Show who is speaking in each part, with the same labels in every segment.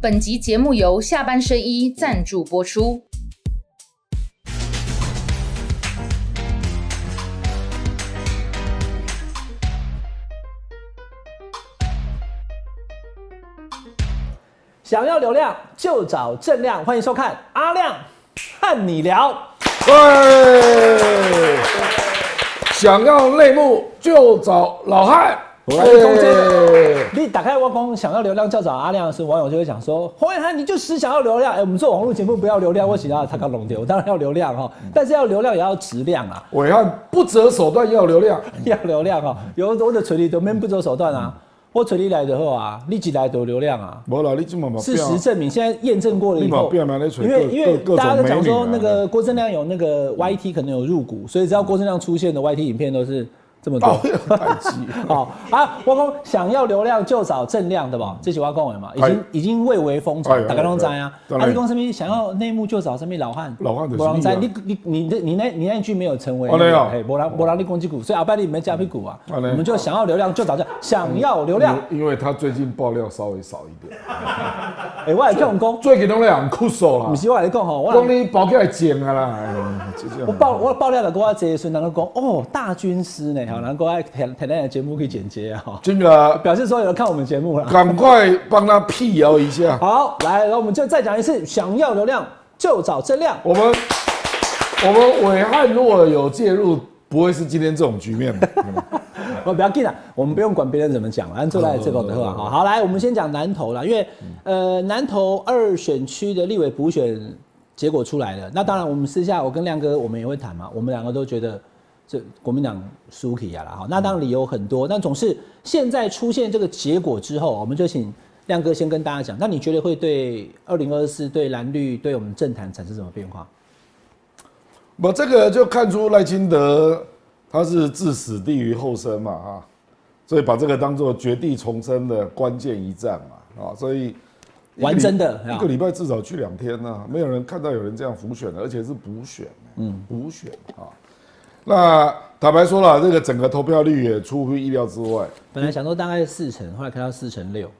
Speaker 1: 本集节目由下半身衣赞助播出。
Speaker 2: 想要流量就找正亮，欢迎收看阿亮和你聊。
Speaker 3: 哎，想要内幕就找老汉。
Speaker 2: 来中间你打开网红想要流量就找阿亮的时候，网友就会讲说：黄远涵，你就只想要流量？哎、我们做网络节目不要流量，我想要他搞弄掉， 我当然要流量哈，但是要流量也要质量啊，
Speaker 3: 伟汉不择手段要流量，
Speaker 2: 要流量哦。有我的锤你都免不择手段啊，我锤你来的后啊，立即来得流量啊。
Speaker 3: 无啦，你这么嘛
Speaker 2: 事实证明，现在验证过了以
Speaker 3: 立马
Speaker 2: 后，
Speaker 3: 变了那群
Speaker 2: 因为
Speaker 3: 各
Speaker 2: 因为
Speaker 3: 各各种
Speaker 2: 大家都讲说那
Speaker 3: 美女啊
Speaker 2: 个郭正亮有那个 YT 可能有入股，所以只要郭正亮出现的 YT 影片都是这么多
Speaker 3: 哦。太极
Speaker 2: 好啊，我讲想要流量就找正亮的吧，这句话讲的嘛，已经
Speaker 3: 哎
Speaker 2: 已经蔚为风潮
Speaker 3: 哎，哎
Speaker 2: 大家都知
Speaker 3: 哎
Speaker 2: 啊。
Speaker 3: 当
Speaker 2: 啊，
Speaker 3: 然
Speaker 2: 你讲什么想要内幕就找什么老汉，
Speaker 3: 老汉就是
Speaker 2: 没人知啊
Speaker 3: 你
Speaker 2: 你你你你你那你那一句没有成为
Speaker 3: 哦
Speaker 2: 那
Speaker 3: 对
Speaker 2: 个，
Speaker 3: 哦
Speaker 2: 嘿，没人没人你攻击股，所以阿拜你没加屁股啊，我
Speaker 3: 哦对嗯
Speaker 2: 们就想要流量就找这，想要流量，
Speaker 3: 因为他最近爆料稍微少一点，
Speaker 2: 哎，我也跟我讲，
Speaker 3: 最近都在讲酷手啦
Speaker 2: 不，是我跟你讲吼，我
Speaker 3: 讲你包起来剪啊啦，哎呀就这样
Speaker 2: 我爆我爆料了，我这一瞬，人家讲哦，大军师呢，好，然后我爱台台南的节目去剪接啊，
Speaker 3: 真的，
Speaker 2: 表示说有人看我们节目了。
Speaker 3: 赶快帮他辟谣一下。
Speaker 2: 好，来，那我们就再讲一次，想要流量就找真亮。
Speaker 3: 我们我们伟汉如果有介入，不会是今天这种局面吧？
Speaker 2: 哦我不要紧啦，我们不用管别人怎么讲了，按照来这个的话，好，好来，我们先讲南投啦，因为呃，南投二选区的立委补选结果出来了，那当然我们私下我跟亮哥我们也会谈嘛，我们两个都觉得这国民党输起呀啦，好，那当然理由很多，但总是现在出现这个结果之后，我们就请亮哥先跟大家讲，那你觉得会对二零二四对蓝绿对我们政坛产生什么变化？
Speaker 3: 我这个就看出赖清德他是置死地于后生嘛啊，所以把这个当做绝地重生的关键一战嘛啊，所以一个
Speaker 2: 玩
Speaker 3: 礼
Speaker 2: 真的啊
Speaker 3: 一个礼拜至少去两天呢、没有人看到有人这样浮选的，而且是补选，嗯，补选啊。那坦白说了，这个整个投票率也出乎意料之外，
Speaker 2: 本来想说大概四成，后来开到四成六，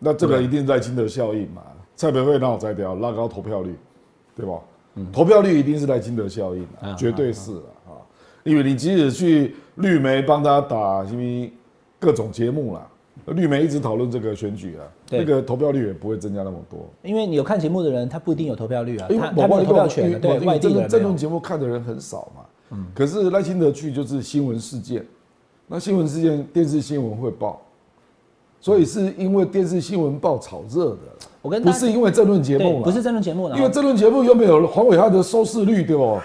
Speaker 3: 那这个一定是赖清德效应嘛？蔡培慧闹摘掉，拉高投票率，对吧？嗯投票率一定是赖清德效应、啊，绝对是啊啊！因为你即使去绿媒帮他打什么各种节目啦，绿媒一直讨论这个选举啊，
Speaker 2: 对
Speaker 3: 那个投票率也不会增加那么多。
Speaker 2: 因为你有看节目的人，他不一定有投票率啊，
Speaker 3: 因为
Speaker 2: 他他没有投票权的，对
Speaker 3: 因
Speaker 2: 外
Speaker 3: 为
Speaker 2: 地
Speaker 3: 这
Speaker 2: 的
Speaker 3: 个
Speaker 2: 人
Speaker 3: 政
Speaker 2: 没有嗯
Speaker 3: 论节目看的人很少嘛。可是赖清德去就是新闻事件，那新闻事件电视新闻会报，所以是因为电视新闻报炒热的，
Speaker 2: 我跟
Speaker 3: 不
Speaker 2: 大
Speaker 3: 是因为政论节目
Speaker 2: 对，
Speaker 3: 啦
Speaker 2: 不是，政哦论节目了，
Speaker 3: 因为政论节目又没有黄伟汉的收视率，对不？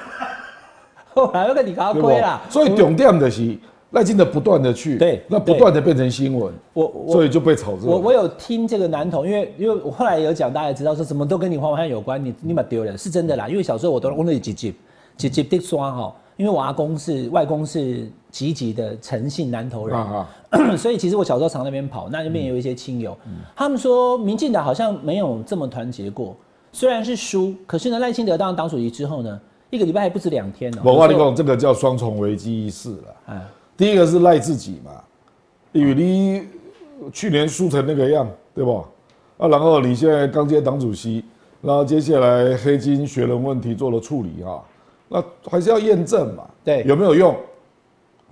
Speaker 2: 后来又跟你搞
Speaker 3: 对
Speaker 2: 亏啦
Speaker 3: 不？。所以重点的是赖清德不断的去，
Speaker 2: 对
Speaker 3: 那不
Speaker 2: 对
Speaker 3: 断的变成新闻，
Speaker 2: 我我
Speaker 3: 所以就被炒热。
Speaker 2: 我我有听这个男童，因为因为我后来有讲，大家也知道说什么都跟你黄伟汉有关，你你蛮丢人，是真的啦。因为小时候我都我那里几集几集的刷哈，因为我阿公是外公是积极的诚信南头人，
Speaker 3: 啊
Speaker 2: 所以其实我小时候常那边跑，那那边也有一些亲友，他们说民进党好像没有这么团结过，虽然是输，可是呢赖清德当上党主席之后呢，一个礼拜还不止两天哦、
Speaker 3: 我话你
Speaker 2: 有时候
Speaker 3: 讲，这个叫双重危机意识了。
Speaker 2: 哎，
Speaker 3: 第一个是赖自己嘛，因为你去年输成那个样，对吧？啊，然后你现在刚接党主席，然后接下来黑金学人问题做了处理哈、那还是要验证嘛，
Speaker 2: 对
Speaker 3: 有没有用？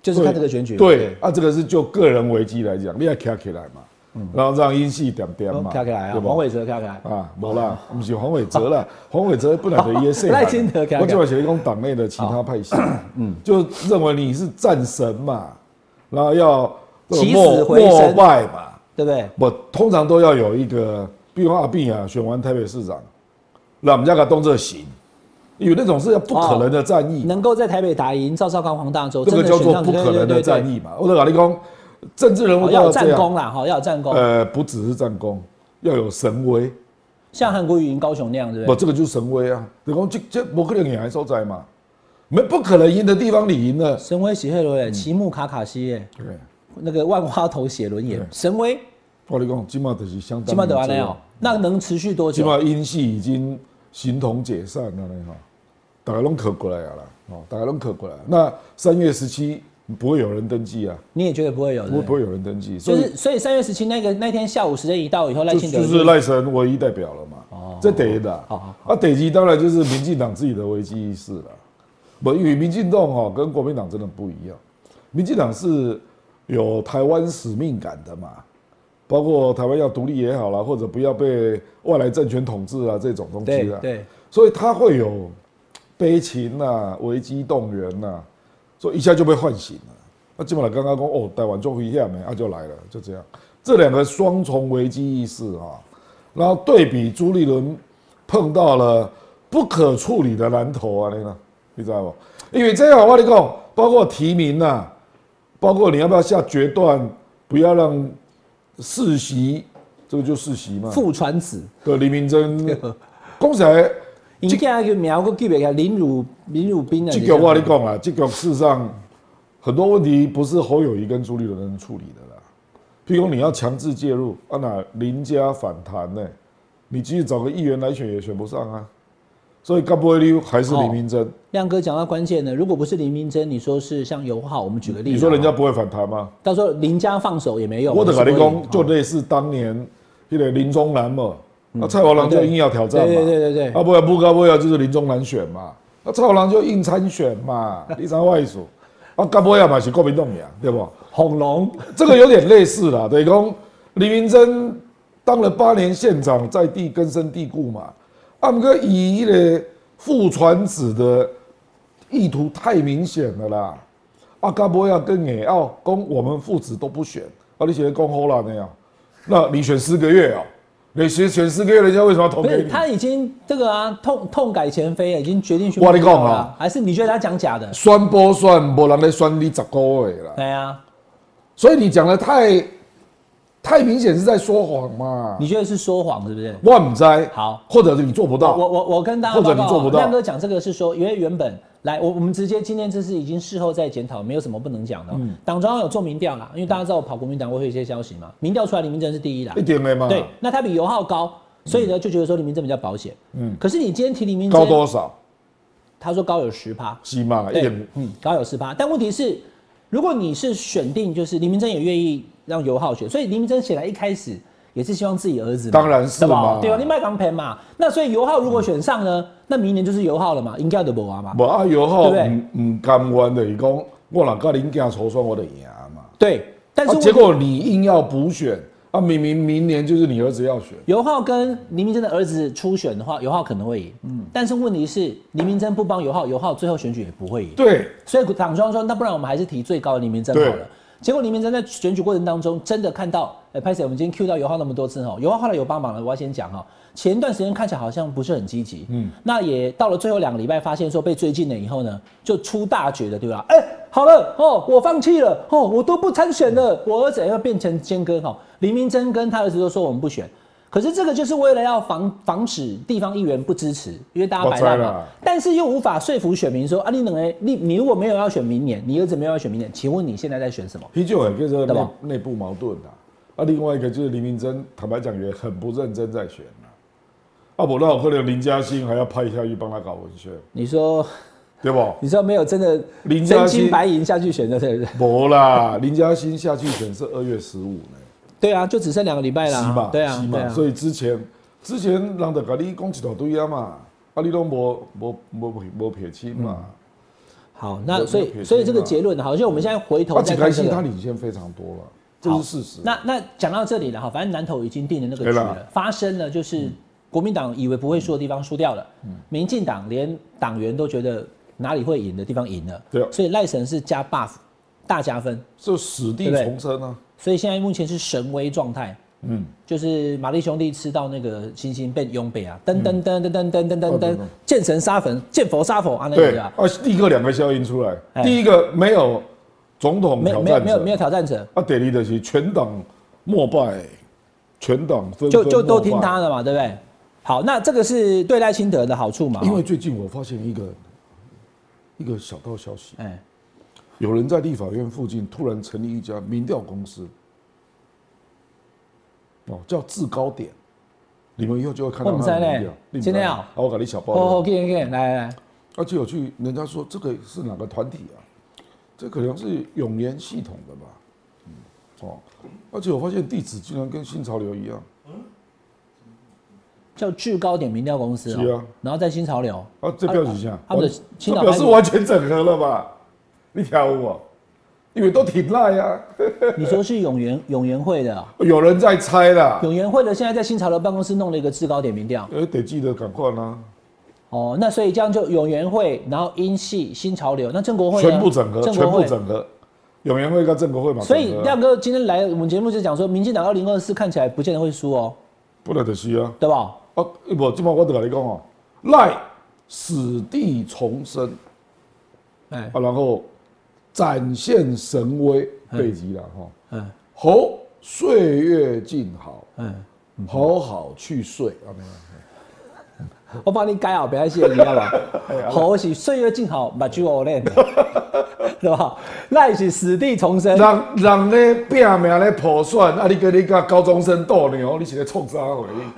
Speaker 2: 就是看这个选举，
Speaker 3: 对，啊，这个是就个人危机来讲，你要卡起来嘛，然后让英系点点
Speaker 2: 嗯哦
Speaker 3: 嘛，
Speaker 2: 跳起来啊，
Speaker 3: 对吧
Speaker 2: 黄伟哲跳起来，
Speaker 3: 啊，没啦，不是黄伟哲 啦，黄伟哲不能的也是
Speaker 2: 赖清德看看
Speaker 3: 我就要写一种党内的其他派
Speaker 2: 哦
Speaker 3: 系，嗯，就认为你是战神嘛，然后要这个
Speaker 2: 起死
Speaker 3: 膜
Speaker 2: 回生
Speaker 3: 膜拜嘛，
Speaker 2: 对不对？
Speaker 3: 我通常都要有一个，比如说阿扁啊，选完台北市长，让我们家给他动这行，有那种是要不可能的战役，
Speaker 2: 能够在台北打赢赵少康、黄大洲，
Speaker 3: 这个
Speaker 2: 真的
Speaker 3: 叫
Speaker 2: 选
Speaker 3: 做
Speaker 2: 上
Speaker 3: 不可能的战，役嘛。我的跟你讲，政治人
Speaker 2: 对对对哦
Speaker 3: 物都
Speaker 2: 要有
Speaker 3: 这
Speaker 2: 战功
Speaker 3: 样，
Speaker 2: 啦，哈，要有战功，
Speaker 3: 呃，不只是战功，要有神威。
Speaker 2: 像韩国瑜赢高雄那样，对不
Speaker 3: 不，
Speaker 2: 对？
Speaker 3: 这个就是神威啊！你讲这这不可能赢还受灾嘛？没不可能赢的地方你赢了，
Speaker 2: 神威喜黑罗
Speaker 3: 嗯
Speaker 2: 耶，奇木卡卡西耶，
Speaker 3: 对。
Speaker 2: 那个万花头写轮眼
Speaker 3: 对，嗯
Speaker 2: 神威
Speaker 3: 我跟你讲，今嘛就是相当
Speaker 2: 起码得完了哦，那能持续多
Speaker 3: 起
Speaker 2: 久？
Speaker 3: 码英系已经形同解散了呢哈，大家拢可过来啊啦，哦，大家拢可过来。那三月十七不会有人登记啊，
Speaker 2: 你也觉得不会有，
Speaker 3: 不
Speaker 2: 对
Speaker 3: 会
Speaker 2: 不
Speaker 3: 不
Speaker 2: 对
Speaker 3: 会有人登记，所
Speaker 2: 就
Speaker 3: 以
Speaker 2: 是所以三月十七那个那天下午时间一到以后，赖
Speaker 3: 就
Speaker 2: 清德
Speaker 3: 就是赖神唯一代表了嘛。哦，这得的。
Speaker 2: 好
Speaker 3: 啊，得级当然就是民进党自己的危机意识了。不，因为民进党哦跟国民党真的不一样，民进党是有台湾使命感的嘛，包括台湾要独立也好啦，或者不要被外来政权统治啊这种东
Speaker 2: 对
Speaker 3: 西啊。
Speaker 2: 对，
Speaker 3: 所以他会有悲情呐、危机动员呐、啊所以一下就被唤醒了。那基本上刚刚讲哦，台湾就一下没，啊就来了，就这样。这两个双重危机意识啊，然后对比朱立伦碰到了不可处理的难头啊，那个你知道不？因为这样我跟你讲，包括提名呐、啊包括你要不要下决断，不要让世袭，这个就世袭嘛，
Speaker 2: 父传子，
Speaker 3: 对李明珍，讲起来。
Speaker 2: 你竟然个苗个记别个林汝林汝斌啊，
Speaker 3: 这
Speaker 2: 你
Speaker 3: 个我
Speaker 2: 知道
Speaker 3: 跟
Speaker 2: 吗
Speaker 3: 你讲啦，这个事实上很多问题不是侯友谊跟朱立伦能处理的啦。譬如你要强制介入，啊那林家反弹呢、你继续找个议员来选也选不上啊。所以干不会溜还是
Speaker 2: 哦
Speaker 3: 李明珍？
Speaker 2: 亮哥讲到关键的，如果不是林明珍，你说是像友好，我们举个例子，啊
Speaker 3: 你说人家不会反弹吗？
Speaker 2: 到时候林家放手也没用，
Speaker 3: 我的
Speaker 2: 是不
Speaker 3: 跟
Speaker 2: 会
Speaker 3: 你
Speaker 2: 赢
Speaker 3: 讲，
Speaker 2: 哦
Speaker 3: 就类似当年那个林中南嘛，那蔡华郎就硬要挑
Speaker 2: 嗯
Speaker 3: 战嘛，
Speaker 2: 哦对对对对对
Speaker 3: 啊不要不高不要就是林中南选嘛，那蔡华郎就硬参选 嘛，你啥外属？啊干不要嘛是国民党呀，对不？
Speaker 2: 红龙，
Speaker 3: 这个有点类似啦，等于讲李明珍当了八年县长，在地根深蒂固嘛。啊，毋过伊迄个父传子的意图太明显了啦。啊，加波亚跟野奥讲我们父子都不选，啊，你写的讲好啦那样，那你选四个月哦、你选选四个月，人家为什么要投
Speaker 2: 不
Speaker 3: 给
Speaker 2: 是
Speaker 3: 你？
Speaker 2: 他已经这个啊痛痛改前非了，已经决定去。
Speaker 3: 我跟你讲啊
Speaker 2: 还是你觉得他讲假的？
Speaker 3: 选不选，无人来选你十个月啦。
Speaker 2: 对啊，
Speaker 3: 所以你讲的太太明显是在说谎嘛。
Speaker 2: 你觉得是说谎是不是？
Speaker 3: 我唔知，
Speaker 2: 好
Speaker 3: 或者是你做不到。
Speaker 2: 我我我跟大家
Speaker 3: 或者
Speaker 2: 报告啊
Speaker 3: 你做不到
Speaker 2: 亮哥讲这个是说，因为原本来我我们直接今天这是已经事后再检讨，没有什么不能讲的哦。
Speaker 3: 嗯
Speaker 2: 党中央有做民调啦，因为大家知道我跑国民党，我会有一些消息嘛。民调出来，李明珍是第一啦
Speaker 3: 一，点没嘛，
Speaker 2: 对，那他比油耗高，所以呢就觉得说李明珍比较保险。嗯，可是你今天提李明
Speaker 3: 嗯高多
Speaker 2: 珍，
Speaker 3: 少？
Speaker 2: 他说高有十趴，
Speaker 3: 是嘛，一
Speaker 2: 对
Speaker 3: 点，
Speaker 2: 嗯，高有十趴。但问题是，如果你是选定，就是林明珍也愿意让尤浩选，所以林明珍显然一开始也是希望自己儿子嘛，
Speaker 3: 当然是
Speaker 2: 对吧
Speaker 3: 嘛
Speaker 2: 对吧？你卖港陪嘛，那所以尤浩如果选上呢，那明年就是尤浩了嘛，应该的不啊嘛。
Speaker 3: 无啊油后
Speaker 2: 对
Speaker 3: 唔唔甘愿的，伊讲我若甲恁囝筹算，我得赢嘛。
Speaker 2: 对，但
Speaker 3: 啊
Speaker 2: 是、，
Speaker 3: 结果你硬要补选，啊明明明年就是你儿子要选，
Speaker 2: 尤浩跟林明珍的儿子初选的话，尤浩可能会赢。嗯，但是问题是，林明珍不帮尤浩，尤浩最后选举也不会赢。
Speaker 3: 对，
Speaker 2: 所以党中央说，那不然我们还是提最高的林明珍好
Speaker 3: 对
Speaker 2: 了。结果林明珍在选举过程当中，真的看到，哎、拍谁？我们今天 Q 到尤浩那么多次哈，尤浩后来有帮忙了，我要先讲哈。前一段时间看起来好像不是很积极，嗯，那也到了最后两个礼拜，发现说被追进了以后呢，就出大绝的，对吧？哎、好了哦，我放弃了哦，我都不参选了，我儿子要变成坚哥哈。林明珍跟他儿子都说我们不选，可是这个就是为了要防防止地方议员不支持，因为大家
Speaker 3: 我
Speaker 2: 摆烂
Speaker 3: 知
Speaker 2: 嘛
Speaker 3: 啦。
Speaker 2: 但是又无法说服选民说啊，你等哎，你你如果没有要选明年，你儿子没有要选明年，请问你现在在选什么？
Speaker 3: 啤酒也就是
Speaker 2: 对
Speaker 3: 内
Speaker 2: 吧
Speaker 3: 内部矛盾啊。啊，另外一个就是林明珍，坦白讲也很不认真在选啊。啊，不那我可能林嘉欣还要派下去帮他搞文宣，
Speaker 2: 你说，
Speaker 3: 对不？
Speaker 2: 你知道没有真的
Speaker 3: 林嘉
Speaker 2: 真
Speaker 3: 欣
Speaker 2: 金白银下去选的，对不对？
Speaker 3: 无啦，林嘉欣下去选是二月十五呢。
Speaker 2: 对啊，就只剩两个礼拜
Speaker 3: 是
Speaker 2: 啦
Speaker 3: 嘛，，
Speaker 2: 对啊
Speaker 3: 是，
Speaker 2: 对
Speaker 3: 嘛，
Speaker 2: 啊。
Speaker 3: 所以之前之前人就甲你讲一大堆啊嘛，啊你都无无无无撇清
Speaker 2: 嗯
Speaker 3: 嘛，啊
Speaker 2: 好，
Speaker 3: 我
Speaker 2: 那
Speaker 3: 我
Speaker 2: 所
Speaker 3: 撇清
Speaker 2: 以所以这个
Speaker 3: 了
Speaker 2: 结论，好像我们现在回头
Speaker 3: 啊
Speaker 2: 再
Speaker 3: 一
Speaker 2: 看
Speaker 3: 啊开
Speaker 2: 这
Speaker 3: 始
Speaker 2: 个
Speaker 3: 他。领先非常多了，这
Speaker 2: 好
Speaker 3: 是事实。
Speaker 2: 那那讲到这里了哈，反正南投已经定了那个局
Speaker 3: 对
Speaker 2: 了
Speaker 3: 啦，嗯
Speaker 2: 发生了就是国民党以为不会输的地方输掉了，民进党连党员都觉得哪里会赢的地方赢了，
Speaker 3: 对啊
Speaker 2: 所以赖神是加 buff 大加分，
Speaker 3: 就死地
Speaker 2: 对不对
Speaker 3: 重生啊，
Speaker 2: 所以现在目前是神威状态。嗯，就是玛丽兄弟吃到那个星星被拥北啊，噔噔噔噔噔噔噔噔
Speaker 3: 嗯哦对
Speaker 2: 噔
Speaker 3: 对，
Speaker 2: 见神杀佛，见佛杀佛啊，那
Speaker 3: 对
Speaker 2: 个
Speaker 3: 啊
Speaker 2: 啊，，
Speaker 3: 立刻两个效应出来，
Speaker 2: 哎
Speaker 3: 第一个没有总统
Speaker 2: 没
Speaker 3: 挑
Speaker 2: 有没有
Speaker 3: 战
Speaker 2: 没有没有
Speaker 3: 者，
Speaker 2: 挑战者，
Speaker 3: 啊，第二就是全党膜拜，全党纷纷
Speaker 2: 就就都
Speaker 3: 膜拜
Speaker 2: 听他的嘛，对不对？好，那这个是对赖清德的好处嘛？哦
Speaker 3: 因为最近我发现一个一个小道消息，
Speaker 2: 哎。
Speaker 3: 有人在立法院附近突然成立一家民调公司，哦，叫制高点，你们以后就会看到
Speaker 2: 我不知
Speaker 3: 他
Speaker 2: 道
Speaker 3: 的
Speaker 2: 呢
Speaker 3: 民调。你不
Speaker 2: 真的
Speaker 3: 知道
Speaker 2: 哦
Speaker 3: 啊，我给你小报
Speaker 2: 哦
Speaker 3: 料。
Speaker 2: ，OK OK，来来来，
Speaker 3: 而且有去人家说这个是哪个团体啊？这可能是永延系统的吧，嗯，哦，而且我发现地址竟然跟新潮流一样，
Speaker 2: 叫制高点民调公司、哦，
Speaker 3: 是啊，
Speaker 2: 然后在新潮流，
Speaker 3: 啊，这标几下，
Speaker 2: 他们的
Speaker 3: 完
Speaker 2: 青
Speaker 3: 这
Speaker 2: 岛
Speaker 3: 表示
Speaker 2: 班
Speaker 3: 完全整合了吧？你挑我，因为都挺赖呀，
Speaker 2: 你说是永源永源会的哦、
Speaker 3: 有人在猜啦，
Speaker 2: 永源会的现在在新潮流办公室弄了一个制高点民调，
Speaker 3: 呃，得记得赶快啦，
Speaker 2: 哦，那所以这样就永源会，然后英系新潮流，那郑国会呢
Speaker 3: 全部整合，
Speaker 2: 郑
Speaker 3: 全
Speaker 2: 国
Speaker 3: 部
Speaker 2: 会。
Speaker 3: 整合，永延会跟郑国会嘛，
Speaker 2: 所以
Speaker 3: 整合啊
Speaker 2: 亮哥今天来我们节目就讲说，民进党二零二四看起来不见得会输哦，
Speaker 3: 不能得是啊。
Speaker 2: 对吧？
Speaker 3: 啊，无，即摆我就甲你讲哦，赖死地重生
Speaker 2: 哎，
Speaker 3: 啊，然后展现神威，背吉了哈。
Speaker 2: 嗯
Speaker 3: 侯岁月静好，
Speaker 2: 嗯，
Speaker 3: 好好去睡啊，没有。
Speaker 2: 我帮你改好，不要谢你，好 吧？
Speaker 3: 哎
Speaker 2: 好是岁月静好，把酒我练，啊 对吧？赖是死地重生，
Speaker 3: 人人咧拼命咧破选，啊，你跟你甲高中生斗牛，你是咧创啥
Speaker 2: 哦
Speaker 3: 回应？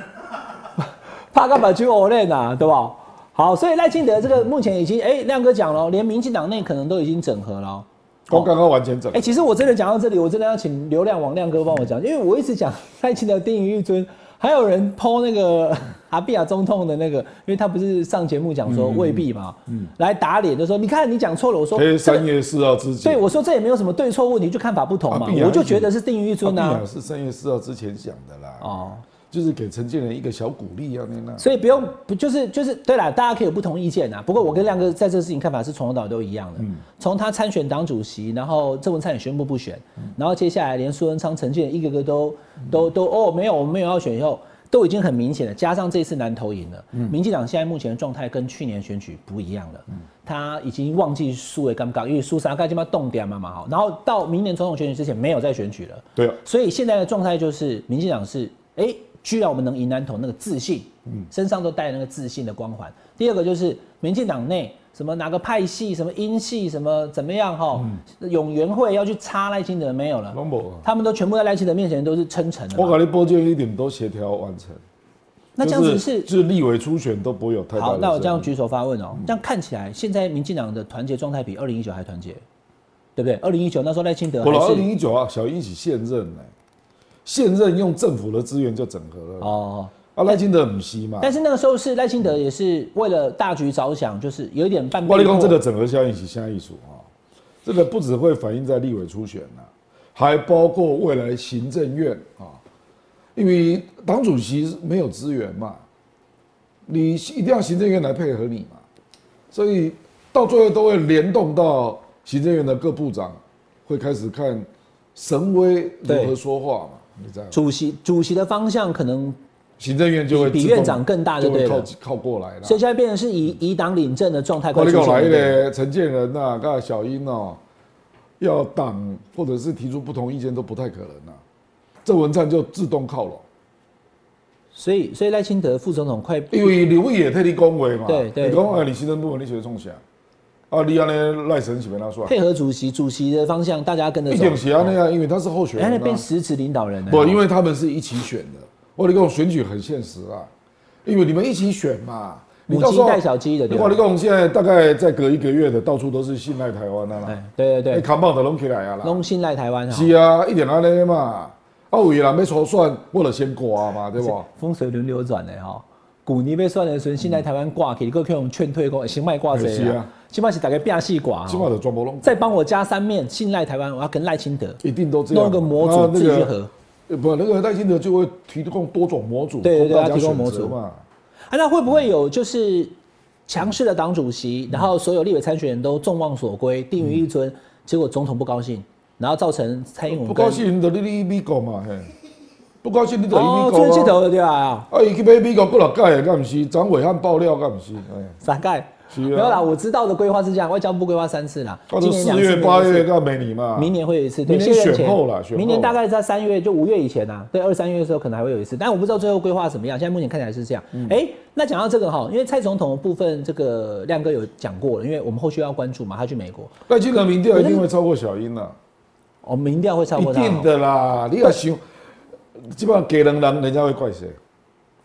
Speaker 2: 怕干把酒我练啊，对吧？好，所以赖清德这个目前已经，哎、亮哥讲了哦，连民进党内可能都已经整合了哦。
Speaker 3: 我刚刚完全整
Speaker 2: 哎、，其实我真的讲到这里，我真的要请流量王亮哥帮我讲，因为我一直讲 赖清德定于一尊，还有人剖那个 阿比亚总统的那个，因为他不是上节目讲说
Speaker 3: 嗯
Speaker 2: 未必嘛，来打脸就说你看你讲错了，我说
Speaker 3: 哎，
Speaker 2: 这
Speaker 3: 三
Speaker 2: 个
Speaker 3: 月四号之前，
Speaker 2: 对我说这也没有什么对错问题，就看法不同嘛
Speaker 3: 阿，扁啊
Speaker 2: 我就觉得是定于一
Speaker 3: 阿
Speaker 2: 尊
Speaker 3: 扁
Speaker 2: 啊
Speaker 3: 啊，，是三月四号之前想的啦，
Speaker 2: 哦，
Speaker 3: 就是给陈建仁一个小鼓励啊，那那。
Speaker 2: 所以不用不就是就是对啦，大家可以有不同意见啊。不过我跟亮哥在这个事情看法是从头到尾都一样的。
Speaker 3: 嗯
Speaker 2: 从他参选党主席，然后郑文灿也宣布不选，
Speaker 3: 嗯
Speaker 2: 然后接下来连苏文昌、陈建一个个都都都哦没有，我们没有要选以后，都已经很明显了。加上这次南投赢了，
Speaker 3: 嗯
Speaker 2: 民进党现在目前的状态跟去年选举不一样了。他已经忘记输的尴尬，因为苏啥该鸡巴动点嘛嘛好，然后到明年总统选举之前没有再选举了。
Speaker 3: 对啊，
Speaker 2: 所以现在的状态就是，民进党是，哎、居然我们能赢南投那个自信，
Speaker 3: 嗯
Speaker 2: 身上都带那个自信的光环。第二个就是民进党内什么哪个派系、什么英系、什么怎么样哈，永援会要去插赖清德没有了，
Speaker 3: 嗯拢无哦啊。
Speaker 2: 他们都全部在赖清德面前都是称臣的
Speaker 3: 我
Speaker 2: 嘛。
Speaker 3: 跟你保证，一点都协调完成。
Speaker 2: 那这样子是。
Speaker 3: 就是嗯立委初选都不会有太大的。
Speaker 2: 好，那我这样，举手发问哦、这样看起来，现在民进党的团结状态比二零一九还团结，对不对？二零一九那时候赖清德
Speaker 3: 我
Speaker 2: 还
Speaker 3: 老二
Speaker 2: 是
Speaker 3: 零一九啊，小英一起现任呢、现任用政府的资源就整合了。
Speaker 2: 哦，哎
Speaker 3: 啊，赖清德唔惜嘛。
Speaker 2: 但是那个时候是赖清德也是为了大局着想，就是有一点半
Speaker 3: 我
Speaker 2: 被
Speaker 3: 跟你讲
Speaker 2: 迫
Speaker 3: 这个整合效应是下一组啊，这个不只会反映在立委初选呐、还包括未来行政院啊，因为党主席没有资源嘛，你一定要行政院来配合你嘛，所以到最后都会联动到行政院的各部长，会开始看神威如何
Speaker 2: 对
Speaker 3: 说话嘛，你知道吗？
Speaker 2: 主席主席的方向可能，
Speaker 3: 行政院就会
Speaker 2: 比
Speaker 3: 自
Speaker 2: 院
Speaker 3: 动
Speaker 2: 长更大就
Speaker 3: 就会
Speaker 2: 对了
Speaker 3: 靠靠过来了。
Speaker 2: 所以现在变成是以以党领政的状态
Speaker 3: 我
Speaker 2: 快
Speaker 3: 你
Speaker 2: 出
Speaker 3: 讲来
Speaker 2: 现了。
Speaker 3: 嘞，陈建仁呐、跟小英哦、要党或者是提出不同意见都不太可能呐、郑文灿就自动靠拢，
Speaker 2: 所以所以赖清德副总统快
Speaker 3: 因为刘毅也替你恭维嘛。
Speaker 2: 对对
Speaker 3: 你讲哎，你行政部门你写冲啥？啊，你安尼赖神是没那算，
Speaker 2: 配合主席，主席的方向大家跟着
Speaker 3: 一
Speaker 2: 走
Speaker 3: 定。是安尼啊，因为他是候选
Speaker 2: 哎，那
Speaker 3: 人、
Speaker 2: 变
Speaker 3: 啊。
Speaker 2: 实质领导人了。哎
Speaker 3: 不，因为他们是一起选的。我跟你讲选举很现实啊，因为你们一起选嘛。你
Speaker 2: 母
Speaker 3: 到时
Speaker 2: 鸡
Speaker 3: 候
Speaker 2: 带小鸡的，对吧
Speaker 3: 我跟你？讲现在大概再隔一个月的，到处都是信赖台湾的啦。
Speaker 2: 哎，对
Speaker 3: 你
Speaker 2: 对对，
Speaker 3: 扛棒的拢起来啊啦。
Speaker 2: 拢信赖台湾哈。
Speaker 3: 是啊，一点安尼嘛。啊，有的人要初选，我就先挂嘛，对不？
Speaker 2: 风水轮流转的哈。古尼被算的时候，信赖台湾挂起，你够可以用劝退过，行卖挂
Speaker 3: 哎是
Speaker 2: 谁
Speaker 3: 啊
Speaker 2: 啊？起码是大概变戏挂
Speaker 3: 起
Speaker 2: 哈。
Speaker 3: 码就全部拢
Speaker 2: 再帮我加三面，信赖台湾，我要跟赖清德
Speaker 3: 一定都这样。
Speaker 2: 弄一个模
Speaker 3: 然
Speaker 2: 组
Speaker 3: 后啊那
Speaker 2: 自己
Speaker 3: 个
Speaker 2: 去合。
Speaker 3: 呃不，那个赖清德就会提供多种模组，
Speaker 2: 对对对
Speaker 3: 供大
Speaker 2: 他
Speaker 3: 家
Speaker 2: 提供
Speaker 3: 选
Speaker 2: 模
Speaker 3: 择
Speaker 2: 组
Speaker 3: 嘛。
Speaker 2: 啊，那会不会有就是强势的党主席，然后所有立委参选人都众望所归，定
Speaker 3: 嗯
Speaker 2: 于一尊，结果总统不高兴，然后造成蔡英文
Speaker 3: 不
Speaker 2: 跟
Speaker 3: 高兴你就你你美国嘛嘿，不高兴你就去
Speaker 2: 哦
Speaker 3: 美，
Speaker 2: 最记
Speaker 3: 国啊。
Speaker 2: 头的对吧？
Speaker 3: 啊，伊去买美国过六届，敢毋是？张伟汉爆料，敢毋是？哎，
Speaker 2: 大概
Speaker 3: 是啊
Speaker 2: 没有啦，我知道的规划是这样，外交部规划三次啦，
Speaker 3: 到
Speaker 2: 今
Speaker 3: 时
Speaker 2: 年两
Speaker 3: 四
Speaker 2: 次
Speaker 3: 月、
Speaker 2: 明年
Speaker 3: 八
Speaker 2: 一次
Speaker 3: 月，干没你嘛？
Speaker 2: 明年会有一次，对，
Speaker 3: 明年
Speaker 2: 卸任
Speaker 3: 选
Speaker 2: 前
Speaker 3: 后啦选后
Speaker 2: 明年大概在三月，就五月以前啊，对，二三月的时候可能还会有一次，但我不知道最后规划怎么样。现在目前看起来是这样。
Speaker 3: 嗯
Speaker 2: 哎、那讲到这个哈，因为蔡总统的部分，这个亮哥有讲过了，因为我们后续要关注嘛，他去美国，
Speaker 3: 赖清德民调一定会超过小英啊啦。
Speaker 2: 哦，民调会超
Speaker 3: 一
Speaker 2: 过他。哦
Speaker 3: 定的啦，你要想，基本上给人人，人家会怪谁？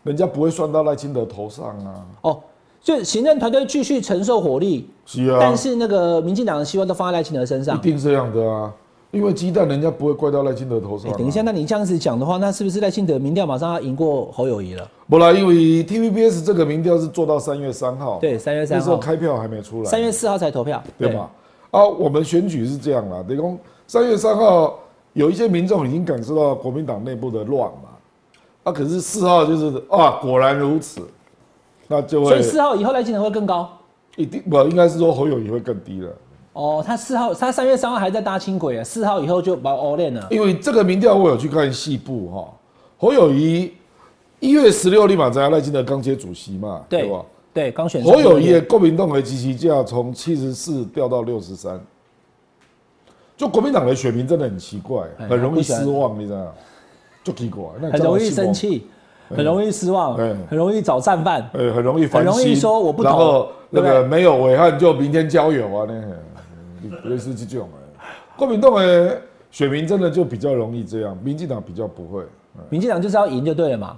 Speaker 3: 人家不会算到赖清德头上啊。
Speaker 2: 哦，就行政团队继续承受火力，
Speaker 3: 是啊，
Speaker 2: 但是那个民进党的希望都放在赖清德身
Speaker 3: 一
Speaker 2: 上。
Speaker 3: 定这样的啊，因为鸡蛋人家不会怪到赖清德头上、啊
Speaker 2: 哎、等一下，，那你这样子讲的话，那是不是赖清德民调马上要赢过侯友谊了？
Speaker 3: 不啦，因为 TVBS 这个民调是做到三月三号，
Speaker 2: 对3月3号
Speaker 3: 那时候开票还没出来，
Speaker 2: 三月四号才投票，
Speaker 3: 对吧？啊，我们选举是这样啦，等于说三月三号有一些民众已经感受到国民党内部的乱嘛，啊，可是四号就是啊，果然如此，那就
Speaker 2: 对？
Speaker 3: 会
Speaker 2: 所以四号以后赖清德会更高。
Speaker 3: 一定不应该是说侯友谊会更低了，
Speaker 2: 哦，他四号，他三月三号还在搭轻轨啊，四号以后就把 all in 了。
Speaker 3: 因为这个民调我有去看细部哈，侯友谊一月十六立马在赖清德刚接主席嘛，对
Speaker 2: 对
Speaker 3: 吧？
Speaker 2: 对，刚选上
Speaker 3: 侯友谊的国民党的支持价从七十四掉到六十三，就国民党的选民真的很奇怪，
Speaker 2: 哎
Speaker 3: 很容
Speaker 2: 他不
Speaker 3: 易
Speaker 2: 喜欢
Speaker 3: 失望，你知道吗？就奇怪，那
Speaker 2: 很容易生，气，很容易失望
Speaker 3: 哎，
Speaker 2: 很容易找战犯。
Speaker 3: 呃，很容易
Speaker 2: 很
Speaker 3: 烦
Speaker 2: 容易
Speaker 3: 心
Speaker 2: 说我不懂
Speaker 3: 然后那
Speaker 2: 对
Speaker 3: 个
Speaker 2: 不
Speaker 3: 没有伟汉就明天交友啊，那个你不类似这种哎，国民党的选民真的就比较容易这样，民进党比较不会。
Speaker 2: 民进党就是要赢就对了嘛，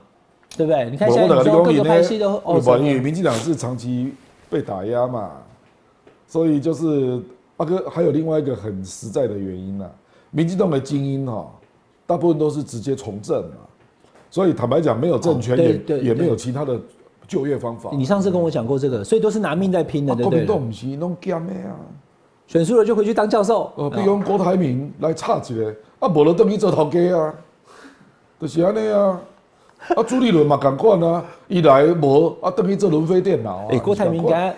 Speaker 2: 对不对？你看
Speaker 3: 我
Speaker 2: 现在
Speaker 3: 我
Speaker 2: 你
Speaker 3: 就
Speaker 2: 说各
Speaker 3: 讲
Speaker 2: 个
Speaker 3: 因
Speaker 2: 派系都
Speaker 3: 为
Speaker 2: 哦，
Speaker 3: 不
Speaker 2: 什
Speaker 3: 因为
Speaker 2: 么
Speaker 3: 民进党是长期被打压嘛，所以就是阿哥还有另外一个很实在的原因啦、啊民进党的精英哈、大部分都是直接从政嘛，所以坦白讲，没有政权
Speaker 2: 哦对
Speaker 3: 也、
Speaker 2: 对
Speaker 3: 也没
Speaker 2: 对
Speaker 3: 有其他的就业方法。
Speaker 2: 你上次跟我讲过这个，所以都是拿命在拼的，
Speaker 3: 啊
Speaker 2: 对哦
Speaker 3: 国
Speaker 2: 不对
Speaker 3: 民党
Speaker 2: 了？
Speaker 3: 不是弄减的啊，
Speaker 2: 选输了就回去当教授，啊
Speaker 3: 呃，比如讲郭台铭来插一个，啊，无就等去做头家啊，就是安尼啊。啊，朱立伦嘛，共款啊，伊来无啊，等去做轮飞电脑啊。
Speaker 2: 哎，郭台铭应该，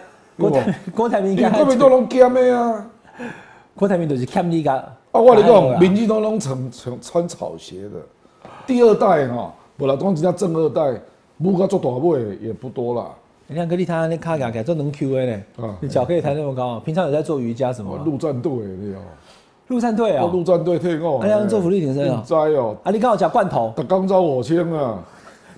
Speaker 2: 郭
Speaker 3: 对吧
Speaker 2: 台 郭台铭应
Speaker 3: 因为
Speaker 2: 该
Speaker 3: 国，民党拢减的啊！
Speaker 2: 郭台铭就是欠你个。
Speaker 3: 啊，我跟你
Speaker 2: 哎呀
Speaker 3: 讲，民进党拢穿穿穿草鞋的，第二代哈，本来讲真正正二代，母个做大尾的也不多啦。
Speaker 2: 你看格力他那卡卡改做能 Q A 呢
Speaker 3: 啊，
Speaker 2: 你脚可以抬那么高，啊平常有在做瑜伽什么啊
Speaker 3: 哦
Speaker 2: 吗？
Speaker 3: 陆战队的哦，
Speaker 2: 陆战队啊
Speaker 3: 哦，陆战队退伍的。
Speaker 2: 哎呀做福利挺身啊
Speaker 3: 你知哦，
Speaker 2: 啊，你刚好讲罐头，
Speaker 3: 他刚招我签啊。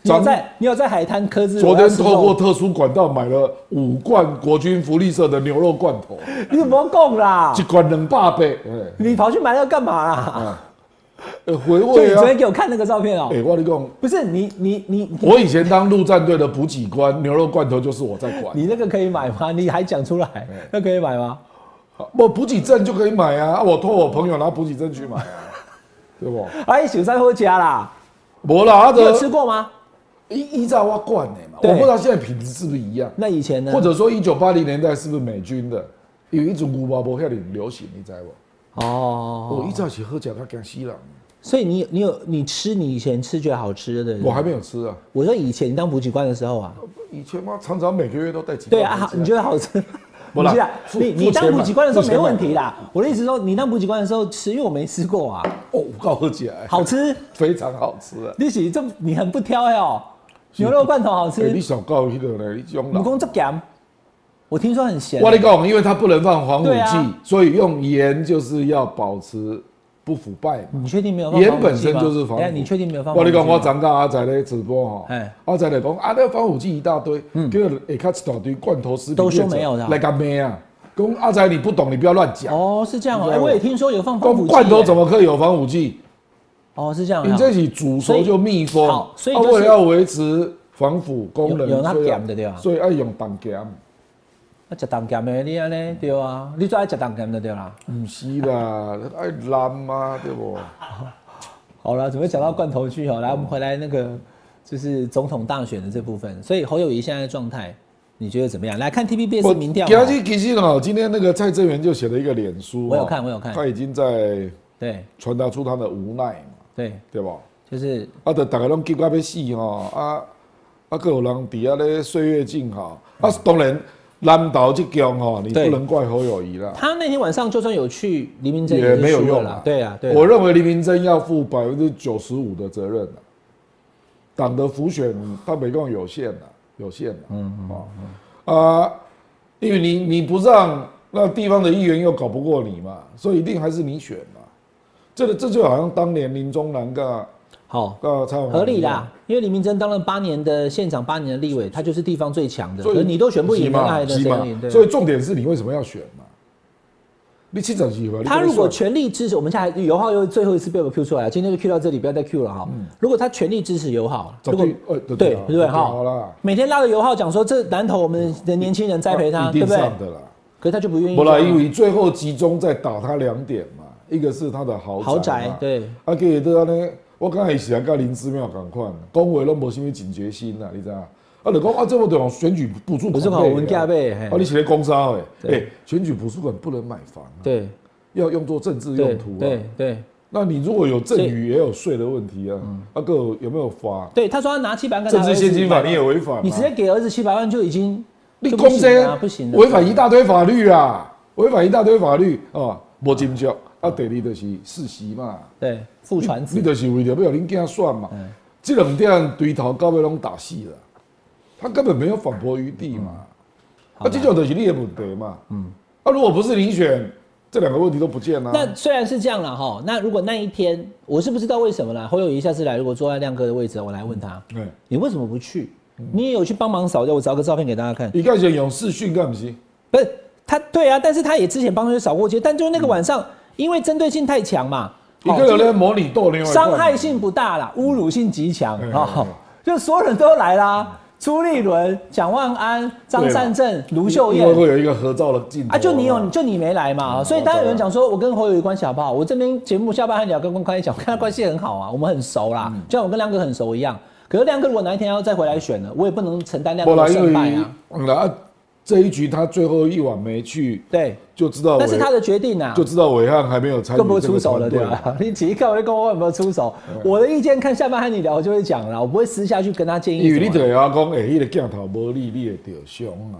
Speaker 2: 你有在你有在海滩科技，
Speaker 3: 昨天透过特殊管道买了五罐国军福利社的牛肉罐头，
Speaker 2: 你不要供啦
Speaker 3: 一，罐两百倍，哎
Speaker 2: 你跑去买那个干嘛啦？
Speaker 3: 哎，回
Speaker 2: 就你
Speaker 3: 味啊
Speaker 2: 昨！天给我看那个照片哦、
Speaker 3: 哎，我跟你讲，
Speaker 2: 不是你你你
Speaker 3: 我以前当陆战队的补给官，牛肉罐头就是我在管。
Speaker 2: 你那个可以买吗？你还讲出来，那可以买吗？
Speaker 3: 我补给证就可以买啊，啊我托我朋友拿补给证去买啊，对不？
Speaker 2: 哎，小三喝家啦，
Speaker 3: 没啦，他
Speaker 2: 你有吃
Speaker 3: 的
Speaker 2: 过吗？
Speaker 3: 依依照我惯的嘛，
Speaker 2: 对
Speaker 3: 我不知道现在品质是不是一样，
Speaker 2: 那以前呢？
Speaker 3: 或者说一九八零年代是不是美军的有一种古巴伯克很流行，你知道不？
Speaker 2: 哦，
Speaker 3: 我一早起喝假他讲西朗，
Speaker 2: 所以你你有你吃你以前吃觉得好吃的，
Speaker 3: 我还没有吃啊，
Speaker 2: 我说以前你当补给官的时候啊，
Speaker 3: 以前嘛常常每个月都带几
Speaker 2: 对
Speaker 3: 包
Speaker 2: 啊，
Speaker 3: 回家
Speaker 2: 你觉得好吃？
Speaker 3: 不
Speaker 2: 你
Speaker 3: 啦
Speaker 2: 是啊，
Speaker 3: 付
Speaker 2: 你你
Speaker 3: 付
Speaker 2: 当
Speaker 3: 钱
Speaker 2: 补
Speaker 3: 买
Speaker 2: 给官的时候
Speaker 3: 付
Speaker 2: 没
Speaker 3: 钱买
Speaker 2: 问题啦。我的意思是说，你当补给官的时候吃，因为我没吃过啊，
Speaker 3: 哦，我告诉你，哎
Speaker 2: 好吃。
Speaker 3: 非常好吃啊！
Speaker 2: 你是这你很不挑哟、牛肉罐头好
Speaker 3: 哎
Speaker 2: 吃，
Speaker 3: 你想告那个呢？你讲啦
Speaker 2: 武功这咸，我听说很咸。
Speaker 3: 我跟你讲，因为它不能放防腐
Speaker 2: 对
Speaker 3: 剂，
Speaker 2: 啊
Speaker 3: 所以用盐就是要保持不腐败嘛。
Speaker 2: 你确定没有放防腐剂
Speaker 3: 盐
Speaker 2: 吗？
Speaker 3: 本身就是防腐
Speaker 2: 哎，你确定没有嗯放
Speaker 3: 我
Speaker 2: 防腐
Speaker 3: 跟
Speaker 2: 剂
Speaker 3: 你
Speaker 2: 吗？
Speaker 3: 讲，我长大阿仔咧直播哈
Speaker 2: 哎，嗯
Speaker 3: 阿仔咧讲啊，那防腐剂一大堆，结果下卡一大堆罐头食品
Speaker 2: 都说
Speaker 3: 业者
Speaker 2: 没有的啊
Speaker 3: 来干咩啊？讲阿仔你不懂，你不要乱讲。
Speaker 2: 哦，是这样哦、
Speaker 3: 你知
Speaker 2: 哎
Speaker 3: 道吗
Speaker 2: 我也听说有放防腐
Speaker 3: 讲
Speaker 2: 剂。
Speaker 3: 罐头怎
Speaker 2: 么？
Speaker 3: 么可以有防腐剂？
Speaker 2: 哦，是这样、啊。
Speaker 3: 你这起煮熟就密封，
Speaker 2: 好所以
Speaker 3: 啊
Speaker 2: 就是
Speaker 3: 为了要维持防腐功能，
Speaker 2: 有有那
Speaker 3: 所以要
Speaker 2: 咸的对吧
Speaker 3: 所以要用糖咸。
Speaker 2: 啊，食糖咸的，你安尼对啊，你最爱食糖咸的对啦。
Speaker 3: 唔是啦，爱烂啊，对不？
Speaker 2: 好了，怎么讲到罐头去哦？
Speaker 3: 嗯
Speaker 2: 来，我们回来那个就是总统大选的这部分，所以侯友谊现在的状态，你觉得怎么样？来看 T B B S 民调啊
Speaker 3: 今
Speaker 2: 嘛，
Speaker 3: 天其实呢，今天那个蔡正元就写了一个脸书，哦
Speaker 2: 我有看我有看
Speaker 3: 他已经在
Speaker 2: 对
Speaker 3: 传达出他的无奈嘛，
Speaker 2: 对，
Speaker 3: 对吧？
Speaker 2: 就是
Speaker 3: 啊，就大家拢急到要死吼，啊啊，各有人伫啊咧岁月静好，啊，当然南岛这局吼，你
Speaker 2: 对
Speaker 3: 不能怪侯友谊啦，
Speaker 2: 他那天晚上就算有去黎明镇是
Speaker 3: 也没有
Speaker 2: 输了
Speaker 3: 用
Speaker 2: 啦
Speaker 3: 啦。。
Speaker 2: 对啊，对啊
Speaker 3: 我认为黎明真要负百分之九十五的责任啦。啊党的浮选，它每共有限的，有限的。嗯啊，因为你你不让，那地方的议员又搞不过你嘛，所以一定还是你选嘛。这个这就好像当年林中南跟
Speaker 2: 好
Speaker 3: 跟蔡永
Speaker 2: 合理
Speaker 3: 啦
Speaker 2: 啦，，因为李明珍当了八年的县长，八年的立委，他就是地方最强的，
Speaker 3: 所
Speaker 2: 所
Speaker 3: 以
Speaker 2: 以你都选不赢
Speaker 3: 是
Speaker 2: 那
Speaker 3: 嘛
Speaker 2: 还能
Speaker 3: 是
Speaker 2: 谁
Speaker 3: 嘛
Speaker 2: 赢？
Speaker 3: 所
Speaker 2: 对
Speaker 3: 以重点是你为什么要选嘛？你七十几吧？你
Speaker 2: 他
Speaker 3: 跟
Speaker 2: 如
Speaker 3: 我
Speaker 2: 果
Speaker 3: 算
Speaker 2: 全力支持，我们现在还油耗又最后一次被我 Q 出来了，今天就 Q 到这里，不要再 Q 了哈。如果他全力支持油耗，
Speaker 3: 早
Speaker 2: 如果
Speaker 3: 对嗯呃
Speaker 2: 对
Speaker 3: 对对啊
Speaker 2: 对不对
Speaker 3: 早
Speaker 2: 哈
Speaker 3: 好啦，
Speaker 2: 每天拉着油耗讲说这南投我们的年轻人栽培他，
Speaker 3: 一
Speaker 2: 对
Speaker 3: 定
Speaker 2: 不对？
Speaker 3: 上的啦。
Speaker 2: 可是他就不愿意
Speaker 3: 不
Speaker 2: 这
Speaker 3: 啦，
Speaker 2: 样。
Speaker 3: 因为最后集中在打他两点嘛，一个是他的豪宅嘛
Speaker 2: 豪宅对，
Speaker 3: 啊，给他呢，我刚才是跟林志妙同款，讲话拢无什么警觉心啦，你知道？啊，就讲啊，这我得用选举补助款
Speaker 2: 补助款
Speaker 3: 配的啊
Speaker 2: 我们加倍嘿
Speaker 3: 啊，你是在工商诶，哎，选举补助款不能买房啊，
Speaker 2: 对
Speaker 3: 要用作政治用
Speaker 2: 对
Speaker 3: 途啊
Speaker 2: 对。对
Speaker 3: 那你如果有赠
Speaker 2: 所以
Speaker 3: 与，也有税的问题啊，啊，各有有没有罚？
Speaker 2: 对，他说他拿七百万跟
Speaker 3: 政
Speaker 2: 他
Speaker 3: 治
Speaker 2: 儿子
Speaker 3: 现金法
Speaker 2: 一百万
Speaker 3: 你也违反啊，
Speaker 2: 你直接给儿子七百万就已经
Speaker 3: 你
Speaker 2: 就
Speaker 3: 公
Speaker 2: 不行
Speaker 3: 这
Speaker 2: 了，啊不行的，
Speaker 3: 违反一大堆法律啊，违反一大堆法律啊，无金照啊，第二就是世袭嘛，
Speaker 2: 对父传
Speaker 3: 你
Speaker 2: 子，嗯
Speaker 3: 就是为了要恁囝算嘛，这两点对头到尾拢打死了，他根本没有反驳余地
Speaker 2: 嗯
Speaker 3: 嘛，啊，这种就是你的问题嘛，嗯，啊，如果不是遴选，这两个问题都不见啊了、
Speaker 2: 那虽然是这样了哈，那如果那一天我是不知道为什么啦，侯友谊下次来，如果坐在亮哥的位置，我来问他，
Speaker 3: 对
Speaker 2: 你为什么不去？你也有去帮忙扫掉，我找个照片给大家看。
Speaker 3: 你看见用视讯干不行，
Speaker 2: 不是他，对啊，但是他也之前帮他扫过街，但就那个晚上，因为针对性太强嘛，
Speaker 3: 嗯一个人在模拟斗另外一个人
Speaker 2: 哦伤害性不大啦，侮辱性极强
Speaker 3: 嗯
Speaker 2: 啊，就所有人都来啦，朱立伦、蒋万安、张善政、卢秀
Speaker 3: 因为会
Speaker 2: 燕。
Speaker 3: 有一个合照的镜头
Speaker 2: 啊，就你有，
Speaker 3: 嘛
Speaker 2: 就你没来
Speaker 3: 嗯
Speaker 2: 嘛，所以当然有人讲说，我跟侯友谊关系好不好？我这边节目下班还聊跟公开讲，我跟他关系很好啊，我们很熟
Speaker 3: 嗯
Speaker 2: 啦，就像我跟亮哥很熟一样。可是亮哥如果哪一天要再回来选了，我也不能承担亮
Speaker 3: 后
Speaker 2: 哥
Speaker 3: 来
Speaker 2: 的
Speaker 3: 因为
Speaker 2: 胜败啊。
Speaker 3: 嗯啊这一局他最后一晚没去，
Speaker 2: 对，
Speaker 3: 就知道
Speaker 2: 但是
Speaker 3: 韦
Speaker 2: 他的决定啊，
Speaker 3: 就知道伟汉还没有参与
Speaker 2: 更不会
Speaker 3: 这
Speaker 2: 出
Speaker 3: 个
Speaker 2: 手了，
Speaker 3: 团队
Speaker 2: 对
Speaker 3: 嗯
Speaker 2: 啊吧？ 你几看我就跟我有没有出手？我的意见看下班和你聊，我就会讲了，我不会私下去跟他建议
Speaker 3: 因为
Speaker 2: 什
Speaker 3: 你
Speaker 2: 么。
Speaker 3: 得要讲，哎、那个镜头无力，你会得凶啊。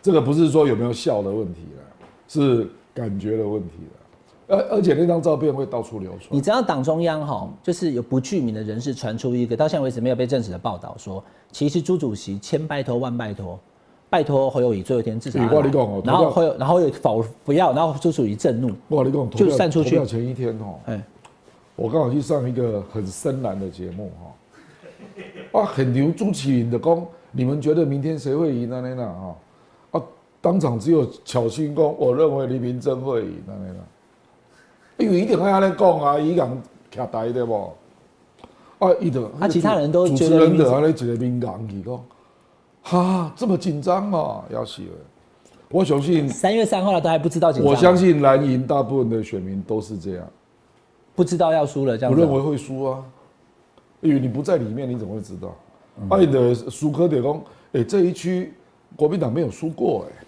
Speaker 3: 这个不是说有没有笑的问题啦，是感觉的问题啦。而而且那张照片会到处流传
Speaker 2: 你。知道党中央哈，就是有不具名的人士传出一个到现在为止没有被证实的报道说，其实朱主席千拜托万拜托，拜托侯友谊最后一天至少要
Speaker 3: 对我跟
Speaker 2: 来
Speaker 3: 你讲哦
Speaker 2: 然后
Speaker 3: 投票
Speaker 2: 侯友然后侯友宜否不要，然后朱主席震怒，
Speaker 3: 我跟你讲，投
Speaker 2: 就
Speaker 3: 票
Speaker 2: 散出去
Speaker 3: 投票前一天哦、
Speaker 2: 哎，
Speaker 3: 我刚好去上一个很深蓝的节目哈、啊，很牛朱启林的讲，你们觉得明天谁会赢呢？那那哈，啊，当场只有巧心公，我认为黎明真会赢啊那那那，因为一定要安尼讲啊，伊人徛台对不？啊，伊的
Speaker 2: 啊其他人都
Speaker 3: 主
Speaker 2: 觉
Speaker 3: 持
Speaker 2: 得
Speaker 3: 人
Speaker 2: 黎明
Speaker 3: 的安尼一个民港去讲，哈、这么紧张哦，要死了！我相信，
Speaker 2: 三月三号了都还不知道紧张，
Speaker 3: 我相信蓝营大部分的选民都是这样。
Speaker 2: 不知道要输了这样
Speaker 3: 我
Speaker 2: 子。
Speaker 3: 认为会输啊，因为你不在里面，你怎么会知道？
Speaker 2: 嗯
Speaker 3: 啊，你的苏科得讲，哎、这一区国民党没有输过、哎，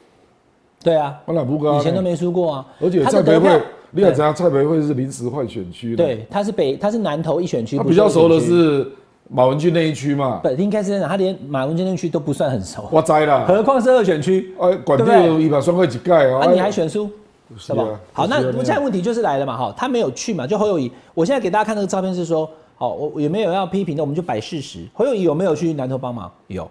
Speaker 2: 对啊，
Speaker 3: 我哪不
Speaker 2: 以前都
Speaker 3: 干？
Speaker 2: 没输过啊，
Speaker 3: 而且
Speaker 2: 他
Speaker 3: 蔡
Speaker 2: 的
Speaker 3: 培
Speaker 2: 得票
Speaker 3: 慧，你也知道蔡培慧是临时换选区的，
Speaker 2: 对，他是北，他是南投一选区，
Speaker 3: 他
Speaker 2: 不
Speaker 3: 比
Speaker 2: 是
Speaker 3: 较
Speaker 2: 二选
Speaker 3: 熟的
Speaker 2: 区
Speaker 3: 是马文俊那一区嘛，
Speaker 2: 不，应该是这样，他连马文监那区都不算很熟，
Speaker 3: 我栽啦，
Speaker 2: 何况是二选区
Speaker 3: 哎，
Speaker 2: 对
Speaker 3: 管
Speaker 2: 不对
Speaker 3: 掉一百双块几盖哦，
Speaker 2: 啊？你还
Speaker 3: 哎
Speaker 2: 选输，
Speaker 3: 是
Speaker 2: 吧
Speaker 3: 啊？
Speaker 2: 好，那
Speaker 3: 是啊
Speaker 2: 现在问题就是来了嘛，哈，他没有去嘛，就侯友谊，我现在给大家看这个照片是说，好，我我也没有要批评的，我们就摆事实。侯友谊有没有去南投帮忙？有，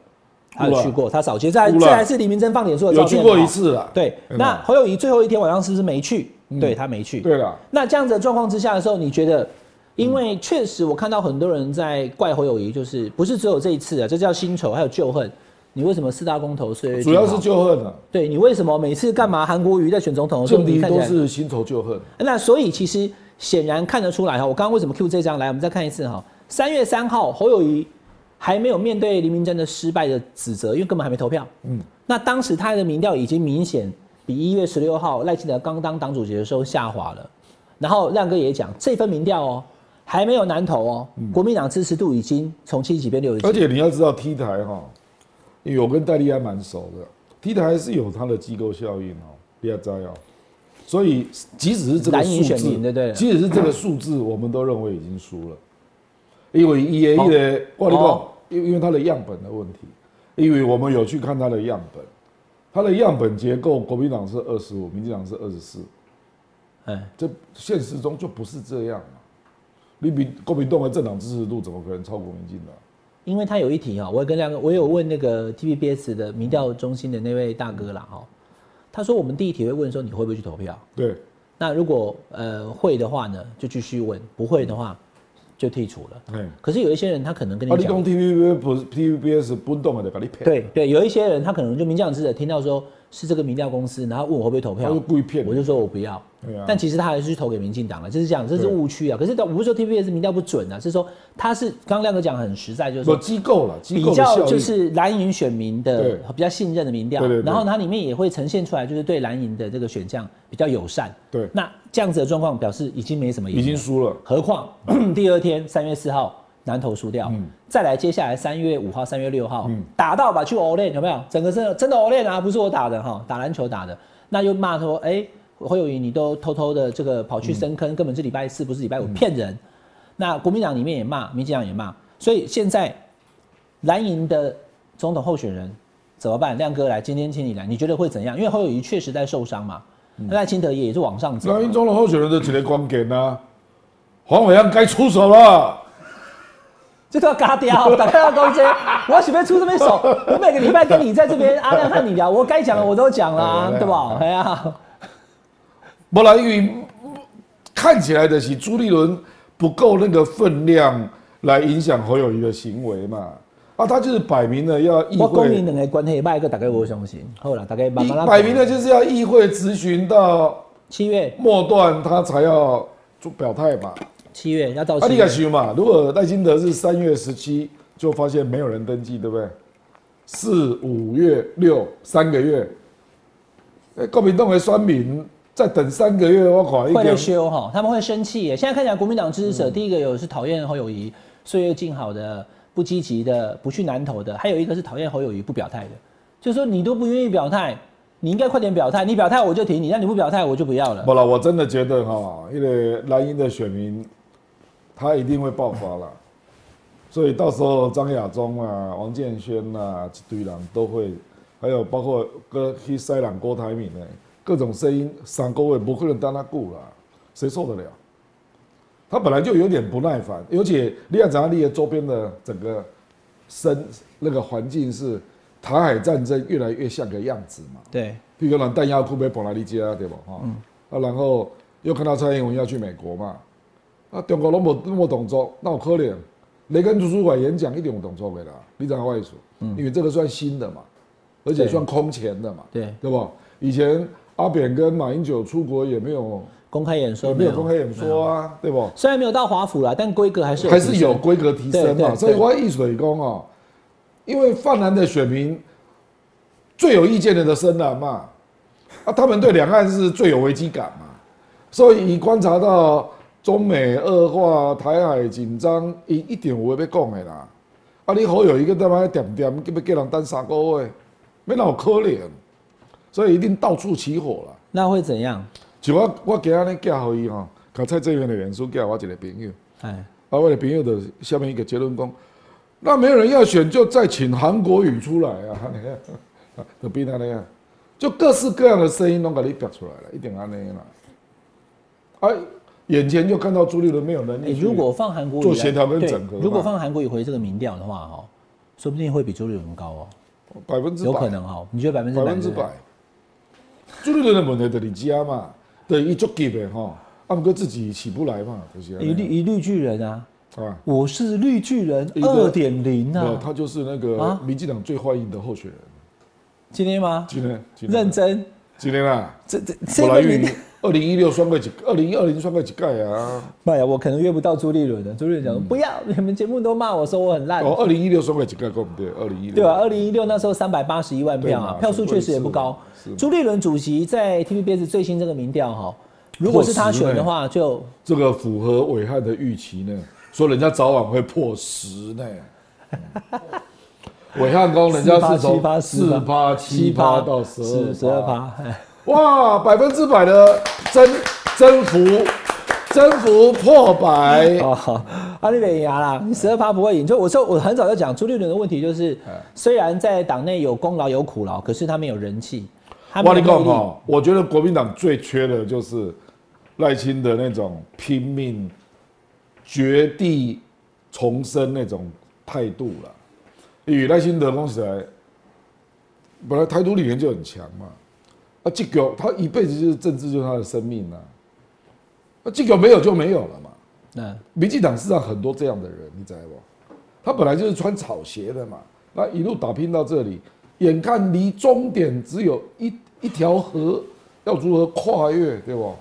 Speaker 2: 他有去过，他扫街，这还
Speaker 3: 有啦
Speaker 2: 这还是李明珍放脸书的照
Speaker 3: 有
Speaker 2: 片，
Speaker 3: 去过
Speaker 2: 哈
Speaker 3: 一。次啦，
Speaker 2: 对，
Speaker 3: 嗯
Speaker 2: 那侯友谊最后一天晚上是不是没去？对他没去，
Speaker 3: 对啦，
Speaker 2: 那这样子的状况之下的时候，你觉得？因为确实我看到很多人在怪侯友谊，就是不是只有这一次啊，这叫新仇还有旧恨。你为什么四大公投岁月静
Speaker 3: 主
Speaker 2: 好
Speaker 3: 要是旧恨啊，
Speaker 2: 对你为什么每次干嘛韩国瑜在选总统的时候，
Speaker 3: 政敌
Speaker 2: 你看起
Speaker 3: 都
Speaker 2: 来
Speaker 3: 是新仇旧恨，
Speaker 2: 那所以其实显然看得出来哈，我刚刚为什么 Q 这张来，我们再看一次哈。三月三号，侯友谊还没有面对黎明珍的失败的指责，因为根本还没投票。嗯，那当时他的民调已经明显比一月十六号赖清德刚当党主席的时候下滑了。然后亮哥也讲，这份民调哦，还没有难投哦，国民党支持度已经从七十几变六十几，
Speaker 3: 而且你要知道 T 台哈，因为我跟戴利安蛮熟的，T 台还是有它的机构效应哦，不要摘哦。所以即使是这个
Speaker 2: 蓝营
Speaker 3: 数
Speaker 2: 选
Speaker 3: 字
Speaker 2: 民，对不对
Speaker 3: 即使是这个数字，我们都认为已经输了，因为 E A 的挂你
Speaker 2: 哦
Speaker 3: 讲，因因为它的样本的问题，因为我们有去看它的样本，它的样本结构，国民党是二十五，民进党是二十四，
Speaker 2: 嗯，
Speaker 3: 这现实中就不是这样嘛。你比国民党的政党支持度怎么可能超过民进党？
Speaker 2: 因为他有一题啊、我我跟亮哥，我有问那个 TVBS 的民调中心的那位大哥啦哈、他说我们第一题会问说你会不会去投票，
Speaker 3: 对，
Speaker 2: 那如果呃会的话呢，就继续问；不会的话，就剔除了。
Speaker 3: 哎。
Speaker 2: 可是有一些人他可能跟
Speaker 3: 啊，
Speaker 2: 你
Speaker 3: 你
Speaker 2: 讲，
Speaker 3: 讲 TVB 不是 TVBS 本动的就给你骗，
Speaker 2: 对对，有一些人他可能就民进党记者听到说是这个民调公司，然后问我会不会投票，
Speaker 3: 他就故意骗你
Speaker 2: 我就说我不要。
Speaker 3: 对啊
Speaker 2: 但其实他还是去投给民进党了，就是这样，这是误区啊。可是我不是说 TPS 民调不准啊，是说他是刚刚亮哥讲得很实在，就是
Speaker 3: 不
Speaker 2: 说
Speaker 3: 机构了，机
Speaker 2: 比
Speaker 3: 构的效
Speaker 2: 较
Speaker 3: 应
Speaker 2: 就是蓝营选民的
Speaker 3: 对
Speaker 2: 比较信任的民调
Speaker 3: 对对，对
Speaker 2: 然后它里面也会呈现出来，就是对蓝营的这个选项比较友善。
Speaker 3: 对
Speaker 2: 那这样子的状况表示已经没什么赢了，
Speaker 3: 已经输了，
Speaker 2: 何况 第二天三月四号南投输掉，再来接下来三月五号、三月六号、打到吧去 o l e n 有没有？整个真的真的 o l e n 啊，不是我打的哈，打篮球打的，那又骂说，哎、侯友谊你都偷偷的这个跑去深坑，根本是礼拜四不是礼拜五骗人。那国民党里面也骂，民进党也骂，所以现在蓝营的总统候选人怎么办？亮哥来，今天请你来，你觉得会怎样？因为侯友谊确实在受伤嘛，那嗯赖清德也是往上走嘛。啊
Speaker 3: 那英中的候选人的几个观点呢？啊黄伟汉该出手了，
Speaker 2: 这都要嘎 掉，打开到攻击，我要随便出这边手。我每个礼拜跟你在这边阿亮和你聊，我该讲的我都讲了、啊，
Speaker 3: 对
Speaker 2: 对吧？哎呀，
Speaker 3: 不然因为看起来的是朱立伦不够那个分量来影响侯友谊的行为嘛。啊，他就是摆明了要议
Speaker 2: 我公民
Speaker 3: 会，
Speaker 2: 两个关系，卖个大概我相信。好了，大概慢慢
Speaker 3: 一
Speaker 2: 啦
Speaker 3: 摆明了就是要议会咨询到
Speaker 2: 七月，
Speaker 3: 末段，他才要做表态嘛。
Speaker 2: 七月要到
Speaker 3: 啊，
Speaker 2: 七
Speaker 3: 你
Speaker 2: 月，
Speaker 3: 敢修嘛？如果赖清德是三月十七，就发现没有人登记，对不对？四五月六三个月，呃，国民党的选民再等三个嗯月，我搞一
Speaker 2: 会
Speaker 3: 点
Speaker 2: 了休哈，他们会生气耶。现在看起来国民党支持者，第一个有是讨厌侯友谊岁月静好的、不积极的、不去南投的，还有一个是讨厌侯友谊不表态的，就是说你都不愿意表态，你应该快点表态，你表态我就挺你，那你不表态我就不要了。
Speaker 3: 不了，我真的觉得哈，因为蓝营的选民，他一定会爆发了，所以到时候张亚中啊、王建轩啊，一堆人都会，还有包括跟去塞朗郭台铭呢，各种声音，三个位不可能当他顾了，谁受得了？他本来就有点不耐烦，而且利亚长利的周边的整个生那个环境是台海战争越来越像个样子嘛。
Speaker 2: 对。
Speaker 3: 譬如讲弹药库被本来利接啊，对吧？哈、
Speaker 2: 嗯
Speaker 3: 啊，然后又看到蔡英文要去美国嘛，啊，中国拢无那么动作，那有可能。雷根图书馆演讲一点有动作没啦，你知道我意思？因为这个算新的嘛，而且
Speaker 2: 嗯对
Speaker 3: 算空前的嘛，
Speaker 2: 对
Speaker 3: 对吧？以前阿扁跟马英九出国也没有
Speaker 2: 公开演
Speaker 3: 也
Speaker 2: 说
Speaker 3: 没有公开演说啊，对不？
Speaker 2: 虽然没有到华府啦，但规格还是
Speaker 3: 还是
Speaker 2: 提
Speaker 3: 有
Speaker 2: 升
Speaker 3: 规格提升
Speaker 2: 对
Speaker 3: 嘛。
Speaker 2: 对
Speaker 3: 所以我艺水工哦，因为泛蓝的选民最有意见的的深蓝嘛，啊，他们对两岸是最有危机感嘛，所以观察到中美恶化、台海紧张，一一点有话要讲的啦。啊，你好有一个他妈点点，要叫人等三个月，没那有可能，所以一定到处起火了。
Speaker 2: 那会怎样？
Speaker 3: 就我我今日寄互伊吼，甲蔡这边的元素寄我一个朋友。
Speaker 2: 哎，
Speaker 3: 啊，我的朋友的下面一个结论讲，那没有人要选，就再请韩国语出来啊， 就变那样，就各式各样的声音都给你表出来了，一定安尼啦。啊，眼前啊就看到朱立伦没有能
Speaker 2: 哎
Speaker 3: 力去，
Speaker 2: 如果放韩国瑜
Speaker 3: 做
Speaker 2: 来
Speaker 3: 协调跟
Speaker 2: 对
Speaker 3: 整合嘛
Speaker 2: 如果放韩国瑜回这个民调的话，哦，说不定会比朱立伦高哦，
Speaker 3: 百分之百
Speaker 2: 有可能哦。你觉得百分之
Speaker 3: 啊百
Speaker 2: 百？
Speaker 3: 分之
Speaker 2: 对不对
Speaker 3: 百。。朱立伦的问题就是这嘛，就是伊足急的吼，啊，不过自己起不来嘛，就是这
Speaker 2: 一绿
Speaker 3: 样。
Speaker 2: 一绿巨人啊，
Speaker 3: 啊，
Speaker 2: 我是绿巨人
Speaker 3: 一
Speaker 2: 二
Speaker 3: 个
Speaker 2: 点零
Speaker 3: 没有
Speaker 2: 啊，
Speaker 3: 他就是那
Speaker 2: 啊
Speaker 3: 个民进党最欢迎的候选人。
Speaker 2: 今天吗？
Speaker 3: 今天，今天
Speaker 2: 认，真，
Speaker 3: 今天啦。
Speaker 2: 这这
Speaker 3: 我
Speaker 2: 这
Speaker 3: 来
Speaker 2: 个
Speaker 3: 预
Speaker 2: 民
Speaker 3: 你，二零一六双过几，二零二零双过几盖啊？
Speaker 2: 妈呀，我可能约不到朱立伦的。朱立伦讲、
Speaker 3: 嗯
Speaker 2: 不要，你们节目都骂我说我很烂。
Speaker 3: 哦，二零一六双过几盖，够不对，二零一六
Speaker 2: 啊对吧？啊二零一六那时候三百八十一万票
Speaker 3: 对
Speaker 2: 啊
Speaker 3: 嘛，
Speaker 2: 票数确实也不高。朱立伦主席在 TVBS 最新这个民调哈，如果是他选的话，就
Speaker 3: 这个符合伟汉的预期呢，说人家早晚会破十呢。嗯伟汉高人家是从四八七八到十二
Speaker 2: 十二，趴， 哎
Speaker 3: 哇，百分之百的征征服，征服破百，
Speaker 2: 哦，好阿里北牙啦，你十二趴不会赢。就我说，我很早就讲朱立伦的问题就是，
Speaker 3: 哎
Speaker 2: 虽然在党内有功劳有苦劳，可是他没有人气，他没有
Speaker 3: 我跟你讲
Speaker 2: 魅力。
Speaker 3: 哦，我觉得国民党最缺的就是赖清德那种拼命、绝地重生那种态度了。与赖清德讲起来，本来台独理念就很强嘛，啊，这个他一辈子就是政治，就是他的生命啊，啊，这个没有就没有了嘛。
Speaker 2: 嗯，
Speaker 3: 民进党市场很多这样的人，你知道不？他本来就是穿草鞋的嘛，那一路打拼到这里，眼看离终点只有一一条河，要如何跨越，对不？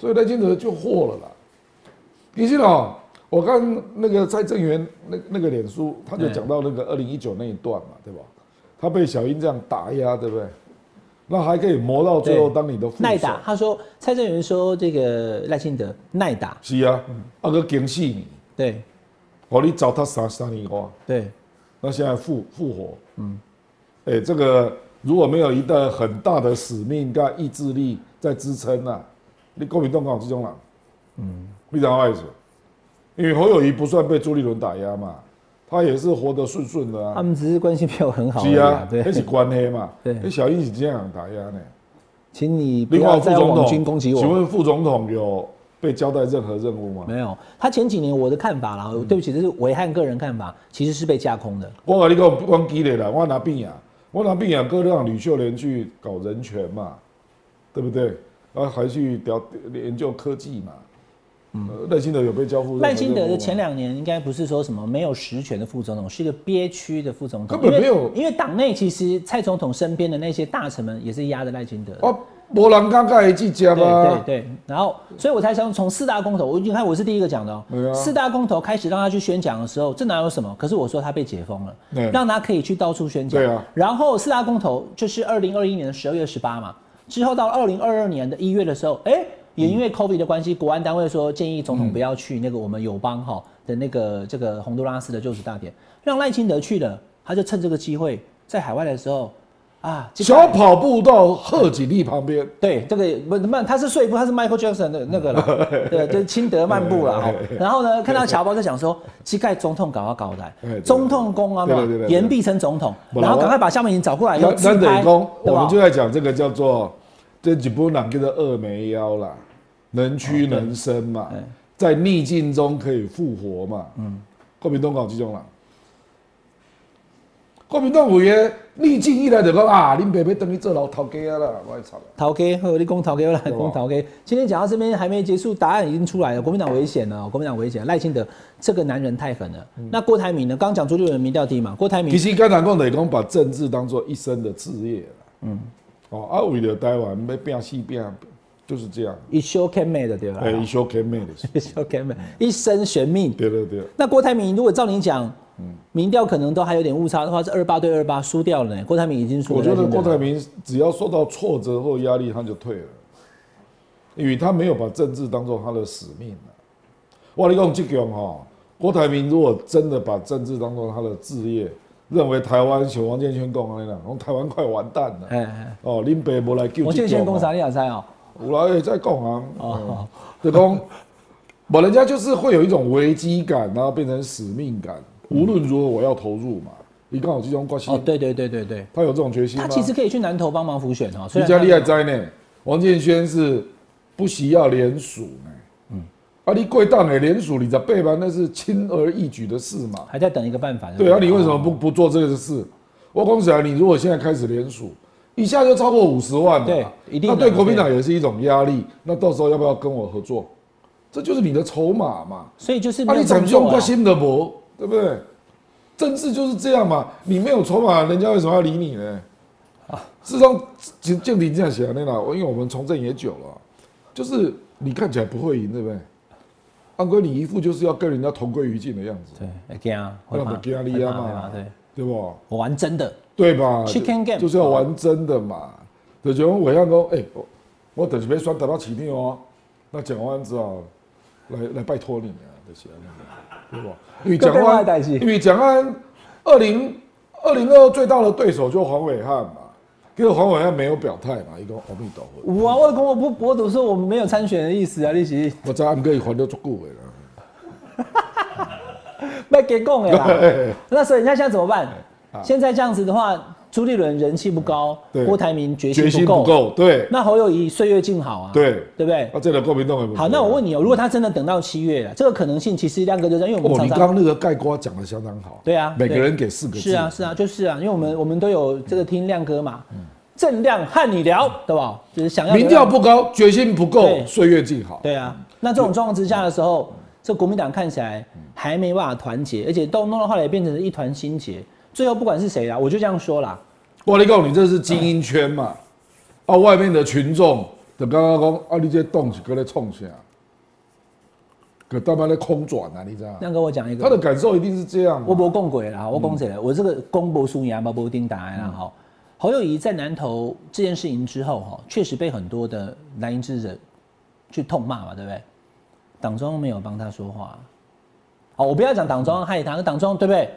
Speaker 3: 所以赖清德就祸了啦。你信哦，我看那个蔡正元那那个脸书，他
Speaker 2: 哎
Speaker 3: 就讲到那个二零一九那一段嘛，对吧？他被小英这样打压，对不对？那还可以磨到最后
Speaker 2: 对
Speaker 3: 当你的副
Speaker 2: 耐
Speaker 3: 手
Speaker 2: 打，，他说蔡正元说这个赖清德耐打，
Speaker 3: 是啊，那个警示你，
Speaker 2: 对
Speaker 3: 我你找他三三年花，
Speaker 2: 对，
Speaker 3: 那现在复复活，嗯，哎、这个如果没有一个很大的使命跟意志力在支撑啊，你国民党搞这种人，嗯，非常坏事。因为侯友谊不算被朱立伦打压嘛，他也是活得顺顺的
Speaker 2: 他
Speaker 3: 啊，
Speaker 2: 们只是关系没有很好而已
Speaker 3: 是啊，那是
Speaker 2: 对，
Speaker 3: 关黑嘛，
Speaker 2: 对
Speaker 3: 那小英是这样打压呢。
Speaker 2: 请你不
Speaker 3: 另外，
Speaker 2: 要
Speaker 3: 副
Speaker 2: 再
Speaker 3: 总
Speaker 2: 网
Speaker 3: 统，
Speaker 2: 军攻击
Speaker 3: 请
Speaker 2: 我。
Speaker 3: 问副总统有被交代任何任务吗？
Speaker 2: 没有，他前几年我的看法
Speaker 3: 嗯
Speaker 2: 啦，对不起，这是维汉个人看法，其实是被架空的。
Speaker 3: 我跟你讲，我讲记得啦，我拿病啊，我拿病啊，哥让吕秀莲去搞人权嘛，对不对？然后还去聊研究科技嘛。
Speaker 2: 嗯
Speaker 3: 呃赖清德有被交付任何
Speaker 2: 赖清德
Speaker 3: 任务
Speaker 2: 的
Speaker 3: 吗
Speaker 2: 前两年应该不是说什么没有实权的副总统，是一个憋屈的副总统，
Speaker 3: 根本没有
Speaker 2: 因为因为党内其实蔡总统身边的那些大臣们也是压着赖清德的。
Speaker 3: 啊，没人敢跟他计较
Speaker 2: 对对
Speaker 3: 啊。
Speaker 2: 对，然后，所以我才想从四大公投，我你看我是第一个讲的哦、
Speaker 3: 对啊
Speaker 2: 四大公投开始让他去宣讲的时候，这哪有什么？可是我说他被解封了
Speaker 3: 对，
Speaker 2: 让他可以去到处宣讲。
Speaker 3: 对啊
Speaker 2: 然后四大公投就是二零二一年的十二月十八嘛，之后到二零二二年的一月的时候，哎、也因
Speaker 3: 嗯
Speaker 2: 为 COVID 的关系，国安单位说建议总统不要去那个我们友邦哈的那个这个洪都拉斯的就职大典，让赖清德去了，他就趁这个机会在海外的时候啊，这个
Speaker 3: 小跑步到贺锦丽旁边，
Speaker 2: 对，这个不慢，他是说服，他是 Michael Jackson 的那个啦， 对，就是轻德漫步啦。哈。哦然后呢，看到侨胞在讲说，膝盖总统搞啊搞
Speaker 3: 哎 对
Speaker 2: 的，总统公啊
Speaker 3: 对对对
Speaker 2: 嘛
Speaker 3: 对，对
Speaker 2: 言必称总统，
Speaker 3: 不然
Speaker 2: 然后赶快把夏美玲找过来，要
Speaker 3: 那
Speaker 2: 自
Speaker 3: 咱
Speaker 2: 拍，
Speaker 3: 得讲，
Speaker 2: 对
Speaker 3: 我
Speaker 2: 吧
Speaker 3: 们就？在讲这个叫做这日本人叫做二眉腰啦，能屈
Speaker 2: 哦
Speaker 3: 能伸嘛，
Speaker 2: 哎
Speaker 3: 在逆境中可以复活嘛。嗯，国民党搞这种人，国民党委员逆境一来就讲啊，恁爸爸等于做老头家啊啦，我的操啦！
Speaker 2: 陶 K 和立功陶 K 又来
Speaker 3: 对吧
Speaker 2: 攻陶 K，今天讲到这边还没结束，答案已经出来了。国民党危险了，国民党危险。赖清德这个男人太狠了。那郭台铭呢？刚讲朱立伦民调低嘛，郭台铭
Speaker 3: 嗯其实刚才讲就是讲把政治当做一生的职业啦。嗯，哦，啊为了台湾要拼死拼，就是这样，
Speaker 2: 一休 can m a 的对吧
Speaker 3: 哎，？一生懸命的事，
Speaker 2: 一休 can m a 一生悬命。
Speaker 3: 对对对。
Speaker 2: 那郭台铭如果照你讲，
Speaker 3: 嗯
Speaker 2: 民调可能都还有点误差的话，是二八对二八输掉了呢。郭台铭已经输
Speaker 3: 我
Speaker 2: 了。
Speaker 3: 觉得
Speaker 2: 赖清德
Speaker 3: 郭台铭只要受到挫折或压力，他就退了，因为他没有把政治当做他的使命了。我跟你讲这种哈，郭台铭如果真的把政治当做他的置业，认为台湾像王建轩讲的那样，讲台湾快完蛋了，
Speaker 2: 哎，哎
Speaker 3: 哦，林北无来救
Speaker 2: 我
Speaker 3: 这
Speaker 2: 建
Speaker 3: 种
Speaker 2: 轩
Speaker 3: 哦
Speaker 2: 公啥你想猜哦？
Speaker 3: 有啦，欸在讲啊，哦，就讲，把人家就是会有一种危机感，然后变成使命感，无论如何我要投入嘛。你刚好这种关系
Speaker 2: 哦，，对对对对对，
Speaker 3: 他有这种决心吗？
Speaker 2: 他其实可以去南投帮忙辅选哦。虽然
Speaker 3: 你家
Speaker 2: 他
Speaker 3: 厉害在呢，王建轩是不惜要联署呢。嗯，啊，你贵党的联署，你在背叛那是轻而易举的事嘛。
Speaker 2: 还在等一个办法。
Speaker 3: 对啊，你为什
Speaker 2: 么？
Speaker 3: 么不不做这个事？我恭喜啊，你如果现在开始联署，一下就超过五十万了嘛，
Speaker 2: 对一定的
Speaker 3: 那对国民党也是一种压力。那到时候要不要跟我合作？这就是你的筹码嘛。
Speaker 2: 所以就是没
Speaker 3: 啊，
Speaker 2: 有
Speaker 3: 你
Speaker 2: 工
Speaker 3: 怎用
Speaker 2: 作
Speaker 3: 不
Speaker 2: 啊。
Speaker 3: 心的博，对不对？政治就是这样嘛，你没有筹码，人家为什么要理你呢？
Speaker 2: 啊
Speaker 3: 事实上，建建平这样写的啦，我因为我们从政也久了，就是你看起来不会赢，对不对？按规你一副就是要跟人家同归于尽的样子，
Speaker 2: 对，会惊啊，
Speaker 3: 那不
Speaker 2: 会
Speaker 3: 给
Speaker 2: 怕
Speaker 3: 压
Speaker 2: 会
Speaker 3: 力
Speaker 2: 怕
Speaker 3: 啊
Speaker 2: 会怕
Speaker 3: 嘛
Speaker 2: 对，，
Speaker 3: 对不？
Speaker 2: 我玩真的。
Speaker 3: 对吧
Speaker 2: Chicken
Speaker 3: 就
Speaker 2: game
Speaker 3: 就是要玩真的嘛。就像我样讲，哎、我我等是被选台到起定哦，那蒋万安只好来来拜托你啊，就是这样，对 吧？因为蒋
Speaker 2: 跟我的
Speaker 3: 万
Speaker 2: 代志
Speaker 3: 安，因为蒋万安二零二零二最大的对手就是黄伟汉嘛，结果黄伟汉没有表态嘛，一个阿弥陀佛，
Speaker 2: 我啊，我跟我不国赌说我们没有参选的意思啊，你是
Speaker 3: 我知安哥伊还到足久的啦。
Speaker 2: 卖给供 的啦。那所以那现在怎么办？现在这样子的话，朱立伦人气不高，
Speaker 3: 啊对
Speaker 2: 郭台铭决
Speaker 3: 决
Speaker 2: 心
Speaker 3: 心
Speaker 2: 不
Speaker 3: 不
Speaker 2: 够，
Speaker 3: 够，对，
Speaker 2: 那侯友谊岁月静好啊，
Speaker 3: 对
Speaker 2: 对不对？
Speaker 3: 啊，这个国民党也不
Speaker 2: 好，那我问你哦，如果他真的等到七月了，这个可能性其实亮哥就在，因为我们
Speaker 3: 哦，
Speaker 2: 常
Speaker 3: 你
Speaker 2: 常
Speaker 3: 刚刚那个盖瓜讲的相当好，
Speaker 2: 对啊
Speaker 3: 每个
Speaker 2: 对
Speaker 3: 人给四个字，嗯
Speaker 2: 是啊是啊就是啊，因为我们我们都有这个听亮哥嘛，正亮和你聊，对吧？就是想要
Speaker 3: 嗯民调不高，决心不够，
Speaker 2: 对
Speaker 3: 岁月静好。
Speaker 2: 对啊，那这种状况之下的时候，
Speaker 3: 嗯
Speaker 2: 这国民党看起来还没办法团结，而且到弄到后来也变成一团心结。最后不管是谁啦，我就这样说啦，
Speaker 3: 我跟你讲，你这是精英圈嘛，啊，外面的群众就刚刚讲，啊，你这动是搁咧冲啥？搁他妈咧空转啊，你知道吗？
Speaker 2: 亮哥，我讲一个，
Speaker 3: 他的感受一定是这样嘛。啊
Speaker 2: 我无讲过嗯啦，我讲谁了？我这个公布输赢嘛，不一定答案啦哈。侯友谊在南投这件事情之后哈，确实被很多的蓝营支持者去痛骂嘛，对不对？党中央没有帮他说话。好，我不要讲党中央害他，党中央对不对？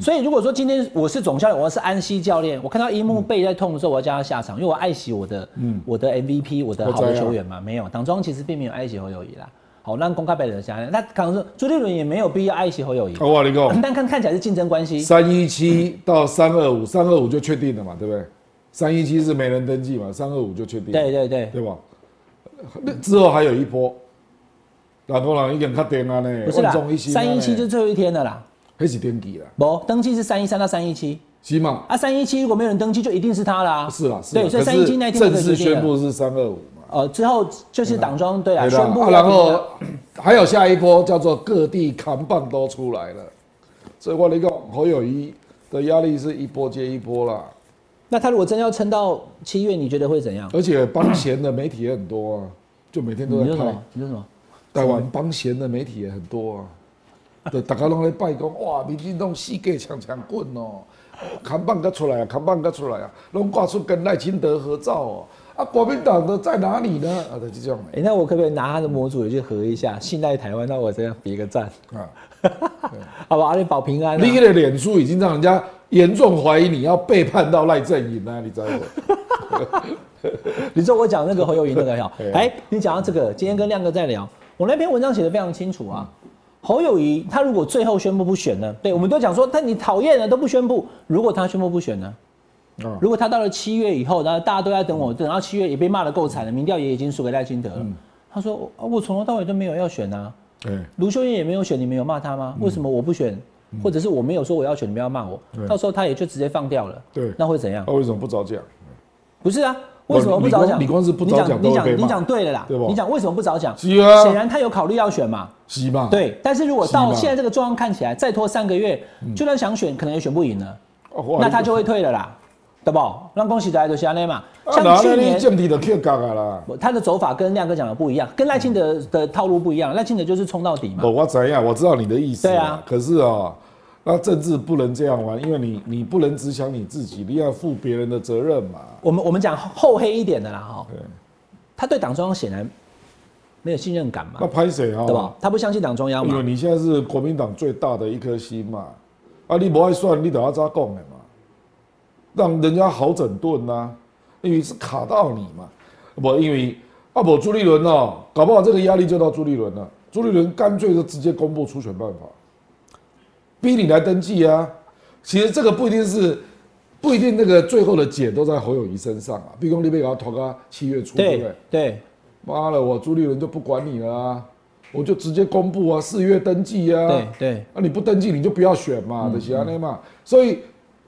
Speaker 2: 所以如果说今天我是总教练，我是安西教练，我看到樱木背在痛的时候，我要叫他下场，因为我爱惜我的、我的 MVP、我的好的球员嘛。没有，党中央其实并没有爱惜侯友谊啦。好，让公开白人下来，那可能说朱立伦也没有必要爱惜侯友谊。
Speaker 3: 啊，我跟你讲，
Speaker 2: 但看看起来是竞争关系。
Speaker 3: 三一七到三二五，三二五就确定了嘛，对不对？三一七是没人登记嘛，三二五就确定了，
Speaker 2: 对对对，
Speaker 3: 对吧？那之后还有一波，老公人已经确定啊呢，
Speaker 2: 不是啦
Speaker 3: 万众一，心啊呢
Speaker 2: 三一七就最后一天了啦。
Speaker 3: 那是登记啦，
Speaker 2: 不，登记是三一三到三一七
Speaker 3: 是嘛？
Speaker 2: 啊，三一七如果没有人登记，就一定是他啦。
Speaker 3: 啊是啦，是啦。
Speaker 2: 对，所以
Speaker 3: 可
Speaker 2: 三
Speaker 3: 是
Speaker 2: 一七那一天就
Speaker 3: 正
Speaker 2: 可以
Speaker 3: 式
Speaker 2: 决定
Speaker 3: 宣
Speaker 2: 了
Speaker 3: 布是三二五嘛，
Speaker 2: 呃，之后就是党中对啊，
Speaker 3: 对啦
Speaker 2: 宣布要
Speaker 3: 啊然
Speaker 2: 停
Speaker 3: 后
Speaker 2: 了
Speaker 3: 还有下一波叫做各地扛棒都出来了，所以我跟你讲侯友谊的压力是一波接一波啦，
Speaker 2: 那他如果真要撑到七月，你觉得会怎样？
Speaker 3: 而且帮闲的媒体也很多啊，就每天
Speaker 2: 你
Speaker 3: 都
Speaker 2: 说什
Speaker 3: 在看
Speaker 2: 么。？你说什么？
Speaker 3: 台湾帮闲的媒体也很多啊，就大家拢咧拜讲，哇，民进党四界强强棍哦，扛棒个出来啊，扛棒个出来啊，拢挂出跟赖清德合照哦，啊，国民党的在哪里呢？啊，就这样
Speaker 2: 哎、那我可不可以拿他的模组也去合一下？信赖台湾，那我这样比一个赞，
Speaker 3: 啊，
Speaker 2: 好吧？阿里保平安、啊。
Speaker 3: 你的脸书已经让人家严重怀疑你要背叛到赖阵营啊，你知道吗？
Speaker 2: 你说我讲那个侯友谊那个哈
Speaker 3: 对，
Speaker 2: 哎，你讲到这个，今天跟亮哥在聊，我那篇文章写的非常清楚啊。侯友谊他如果最后宣布不选呢？对，我们都讲说，但你讨厌了都不宣布。如果他宣布不选呢？
Speaker 3: 啊，
Speaker 2: 如果他到了七月以后，然后大家都在等我，等到七月也被骂的够惨了，民调也已经输给赖清德了。
Speaker 3: 嗯
Speaker 2: 他说我我从头到尾都没有要选啊，
Speaker 3: 对，
Speaker 2: 卢秀燕也没有选，你们有骂他吗？为什么我不选？或者是我没有说我要选，你们要骂我
Speaker 3: 嗯对？
Speaker 2: 到时候他也就直接放掉了。
Speaker 3: 对
Speaker 2: 那会怎样
Speaker 3: 他？为什么不早讲？
Speaker 2: 不是啊，为什么不早讲？
Speaker 3: 你光你光是不早讲
Speaker 2: 你
Speaker 3: 都会被
Speaker 2: 讲
Speaker 3: 骂
Speaker 2: 你讲对了啦，
Speaker 3: 对吧
Speaker 2: 你讲为什么不早讲？
Speaker 3: 是啊
Speaker 2: 显然他有考虑要选嘛。
Speaker 3: 是嘛？，
Speaker 2: 对，但是如果
Speaker 3: 是
Speaker 2: 到
Speaker 3: 嘛嗯
Speaker 2: 现在这个状况看起来，再拖三个月，就算想选，可能也选不赢了，
Speaker 3: 哇
Speaker 2: 那他就会退了啦，对不？那恭喜大家就是安内嘛。
Speaker 3: 啊，
Speaker 2: 像
Speaker 3: 哪
Speaker 2: 去
Speaker 3: 里你
Speaker 2: 年
Speaker 3: 政敌的 Q 角啊啦？
Speaker 2: 我他的走法跟亮哥讲的不一样，跟赖清德的套路不一样，赖清德就是冲到底嘛
Speaker 3: 我。我怎样？我知道你的意思。
Speaker 2: 对啊
Speaker 3: 可是啊、那政治不能这样玩，因为你你不能只想你自己，你要负别人的责任嘛。
Speaker 2: 我们我们讲厚黑一点的啦哈，
Speaker 3: 对，
Speaker 2: 他对党中央显然没有信任感嘛
Speaker 3: 那，拍谁啊？
Speaker 2: 对吧？他不相信党中央
Speaker 3: 因
Speaker 2: 嘛。
Speaker 3: 为你现在是国民党最大的一颗心嘛，啊，你不爱算，你等下咋讲的嘛？让人家好整顿呐、因为是卡到你嘛。不，因为啊，不朱立伦哦，搞不好这个压力就到朱立伦了。朱立伦干脆就直接公布初选办法，逼你来登记啊。其实这个不一定是，不一定那个最后的解都在侯友谊身上啊。毕恭立被给他投到七月初，对不对
Speaker 2: 对？对，
Speaker 3: 妈了，我朱立伦就不管你了啊，我就直接公布啊，四月登记啊，
Speaker 2: 对嗯对
Speaker 3: 啊你不登记你就不要选嘛，的其他那嘛，所以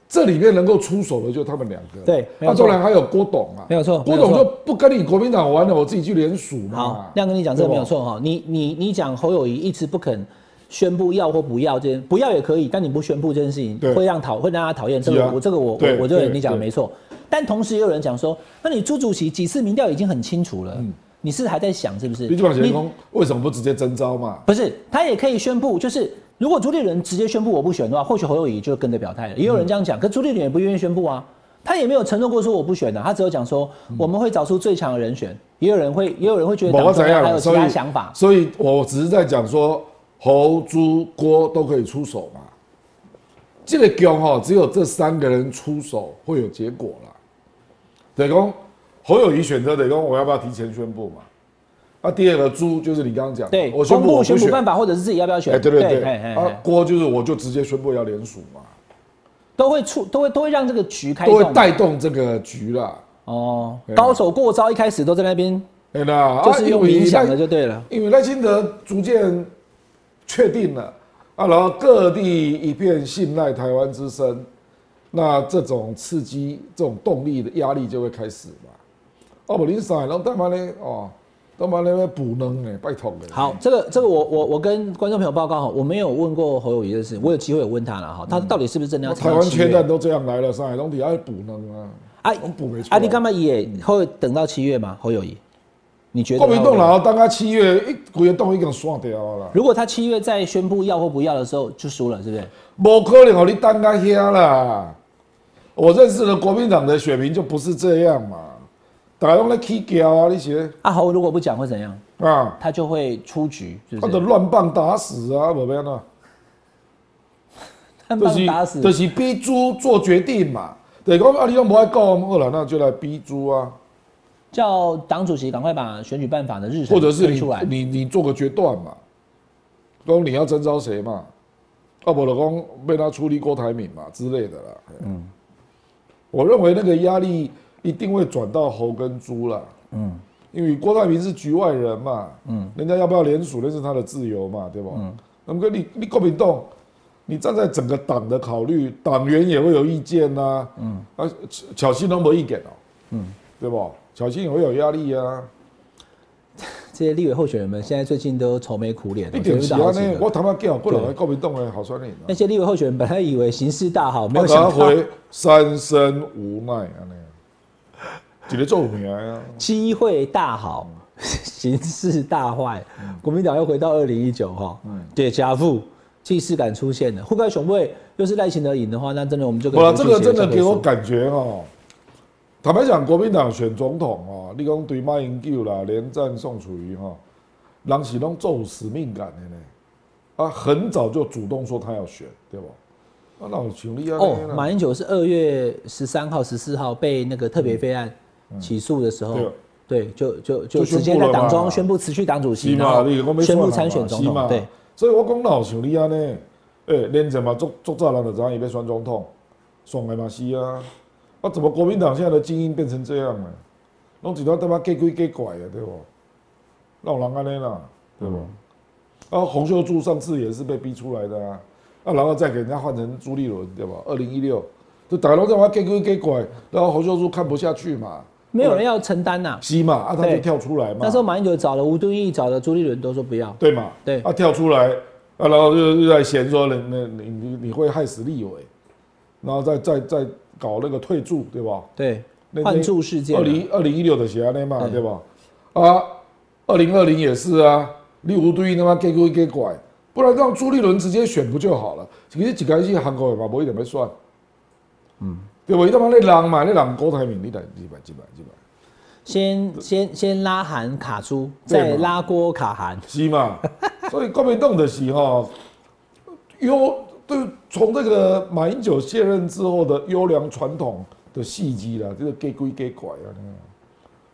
Speaker 3: 这里面能够出手的就他们两个，
Speaker 2: 对没
Speaker 3: 那
Speaker 2: 有错
Speaker 3: 当然还有郭董啊，
Speaker 2: 没有错
Speaker 3: 郭
Speaker 2: 没
Speaker 3: 董
Speaker 2: 有错
Speaker 3: 就不跟你国民党玩了，我自己去联署
Speaker 2: 好
Speaker 3: 嘛，，哦
Speaker 2: 亮哥你讲这个没有
Speaker 3: 对吧，
Speaker 2: 错哈，你你你讲侯友谊一直不肯宣布要或不要这件，不要也可以，但你不宣布这件事情
Speaker 3: 对
Speaker 2: 会让讨会让他讨厌，这
Speaker 3: 是
Speaker 2: 个
Speaker 3: 啊
Speaker 2: 我这个我
Speaker 3: 对
Speaker 2: 我我认为
Speaker 3: 对
Speaker 2: 你讲的
Speaker 3: 对
Speaker 2: 没错，但同时也有人讲说，那你朱主席几次民调已经很清楚了，
Speaker 3: 嗯
Speaker 2: 你是还在想是不是？
Speaker 3: 你就往前
Speaker 2: 你
Speaker 3: 攻，为什么不直接征召嘛？
Speaker 2: 不是，他也可以宣布，就是如果朱立伦直接宣布我不选的话，或许侯友谊就跟着表态了。也有人这样讲，可朱立伦也不愿意宣布啊，他也没有承诺过说我不选的、啊他只有讲说我们会找出最强的人选。也有人会，也有人会觉得
Speaker 3: 我
Speaker 2: 党中
Speaker 3: 怎样
Speaker 2: 央
Speaker 3: 了
Speaker 2: 还有其
Speaker 3: 所以
Speaker 2: 他想法。
Speaker 3: 所以我只是在讲说，侯、朱、郭都可以出手嘛。这个局哈，只有这三个人出手会有结果啦。等于讲侯友谊选择等于讲我要不要提前宣布嘛？那、第二个朱就是你刚刚讲的，
Speaker 2: 对，
Speaker 3: 我宣
Speaker 2: 公
Speaker 3: 布我
Speaker 2: 布
Speaker 3: 不
Speaker 2: 选
Speaker 3: 选
Speaker 2: 举。办法，或者是自己要不要选？
Speaker 3: 哎，对对对，
Speaker 2: 哎哎
Speaker 3: 啊
Speaker 2: 哎，
Speaker 3: 郭就是我就直接宣布要联署嘛，
Speaker 2: 都会促，都会都会让这个局开
Speaker 3: 都会
Speaker 2: 动。
Speaker 3: 带动这个局啦。
Speaker 2: 哦
Speaker 3: 对，
Speaker 2: 高手过招一开始都在那边，
Speaker 3: 哎那
Speaker 2: 就是用影响的
Speaker 3: 就。
Speaker 2: 就对了。
Speaker 3: 因为赖清德逐渐确定了啊，然后各地一片信赖台湾之声，那这种刺激、这种动力的压力就会开始嘛。哦，不，林上海龙干嘛呢？哦，干嘛那边补能哎，拜托哎。
Speaker 2: 好，这个这个我我我跟观众朋友报告哈，我没有问过侯友谊的事，我有机会有问他了哈，他到底是不是真的要撑
Speaker 3: 台
Speaker 2: 到
Speaker 3: 湾
Speaker 2: 七
Speaker 3: 缺
Speaker 2: 月
Speaker 3: 蛋都这样来了，上海东底还补能啊，
Speaker 2: 啊
Speaker 3: 我补没出来
Speaker 2: 啊，你干嘛也会等到七月吗？侯友谊，你觉得
Speaker 3: 国
Speaker 2: 他
Speaker 3: 民
Speaker 2: 会
Speaker 3: 党然后当他七月一规个党已经散掉啊啦，
Speaker 2: 如果他七月再宣布要或不要的时候就输了，是不是？
Speaker 3: 无可能让你等到遐啦。我认识的国民党的选民就不是这样嘛，大家拢在起叫啊，那些
Speaker 2: 啊，侯如果不讲会怎样？
Speaker 3: 啊，
Speaker 2: 他就会出局，是
Speaker 3: 他
Speaker 2: 不
Speaker 3: 的
Speaker 2: 是？
Speaker 3: 乱棒打死啊，无变啊。
Speaker 2: 他
Speaker 3: 就
Speaker 2: 棒
Speaker 3: 是
Speaker 2: 打死
Speaker 3: 就，是逼猪做决定嘛。对，讲啊，你都不爱讲，好了，那就来逼猪啊，
Speaker 2: 叫党主席赶快把选举办法的日程
Speaker 3: 或者是
Speaker 2: 推
Speaker 3: 你
Speaker 2: 出来。
Speaker 3: 你你做个决断嘛，讲你要征召谁嘛，啊，不老公被他处理郭台铭嘛之类的啦。嗯，我认为那个压力一定会转到猴跟猪啦。嗯，因为郭台铭是局外人嘛，嗯，人家要不要联署那是他的自由嘛，对不？嗯，那么你你国民党。你站在整个党的考虑，党员也会有意见呐、嗯，啊，巧巧心都没意见哦、嗯，对不？巧心也会有压力啊。
Speaker 2: 这些立委候选人们现在最近都愁眉苦脸哦，
Speaker 3: 一定是
Speaker 2: 选不到
Speaker 3: 安
Speaker 2: 几
Speaker 3: 尼，
Speaker 2: 个
Speaker 3: 我他妈叫过来国民党诶候选人啊，
Speaker 2: 那些立委候选人本来以为形势大好，没
Speaker 3: 我
Speaker 2: 有
Speaker 3: 给他
Speaker 2: 想到
Speaker 3: 回三生无奈安尼，一个做名啊，
Speaker 2: 机会大好，
Speaker 3: 嗯
Speaker 2: 形势大坏。国民党又回到二零一九哈，
Speaker 3: 嗯
Speaker 2: 对，夹腹既视感出现了。互盖雄卫又是赖清德赢的话，那真的我们就可以
Speaker 3: 不然
Speaker 2: 不
Speaker 3: 这
Speaker 2: 信
Speaker 3: 个
Speaker 2: 邪
Speaker 3: 真的
Speaker 2: 就可以
Speaker 3: 给我
Speaker 2: 说
Speaker 3: 感觉哦，坦白讲，国民党选总统哦，你讲对马英九啦、连战、宋楚瑜哈、哦，人是拢做有使命感的呢，啊，很早就主动说他要选，对不？啊，那我请你啊，
Speaker 2: 哦，马英九是二月十三号、十四号被那个特别备案起诉的时候，
Speaker 3: 嗯对
Speaker 2: 对，就就就
Speaker 3: 就
Speaker 2: 直
Speaker 3: 宣
Speaker 2: 接
Speaker 3: 布了
Speaker 2: 在党
Speaker 3: 嘛
Speaker 2: 中宣布辞去党主席，
Speaker 3: 是
Speaker 2: 然
Speaker 3: 嘛？
Speaker 2: 后
Speaker 3: 啊你我没
Speaker 2: 宣布参选总统，对。。
Speaker 3: 所以我讲老像你安尼，诶、连战嘛，做做早人就知影伊要选总统，爽的嘛是啊。啊，怎么国民党现在的精英变成这样呢？拢一条他妈假鬼假怪的，对不？哪有人安尼啦，对
Speaker 2: 嗯
Speaker 3: 不？啊，洪秀柱上次也是被逼出来的啊，啊，然后再给人家换成朱立伦，对吧？二零一六，就大家都在玩假鬼假怪，然后洪秀柱看不下去嘛，
Speaker 2: 没有人要承担呐、
Speaker 3: 西嘛，啊，他就
Speaker 2: 对
Speaker 3: 跳出来嘛。
Speaker 2: 那时候马英九找了吴敦义，找了朱立伦，都说不要。
Speaker 3: 对嘛？
Speaker 2: 对
Speaker 3: 啊，跳出来，啊，然后就又在嫌说你你你你你会害死立委，然后再再再搞那个退驻，对吧？
Speaker 2: 对，
Speaker 3: 那
Speaker 2: 换柱事件
Speaker 3: 二
Speaker 2: 啊。
Speaker 3: 零二零一六的血案嘛，对吧？啊，二零二零也是啊，你无对他妈给鬼给拐，不然让朱立伦直接选不就好了？其实几个去韩国人嘛，不一点没算，嗯，对吧？他妈那人嘛，那人郭台铭，你来几百几百几百，
Speaker 2: 先先先拉韩卡朱，
Speaker 3: 对嘛
Speaker 2: 再拉郭卡韩。
Speaker 3: 是嘛？ 所以国民党的是哈，优对从这个马英九卸任之后的优良传统的戏机啦，就是给归给拐啊，那样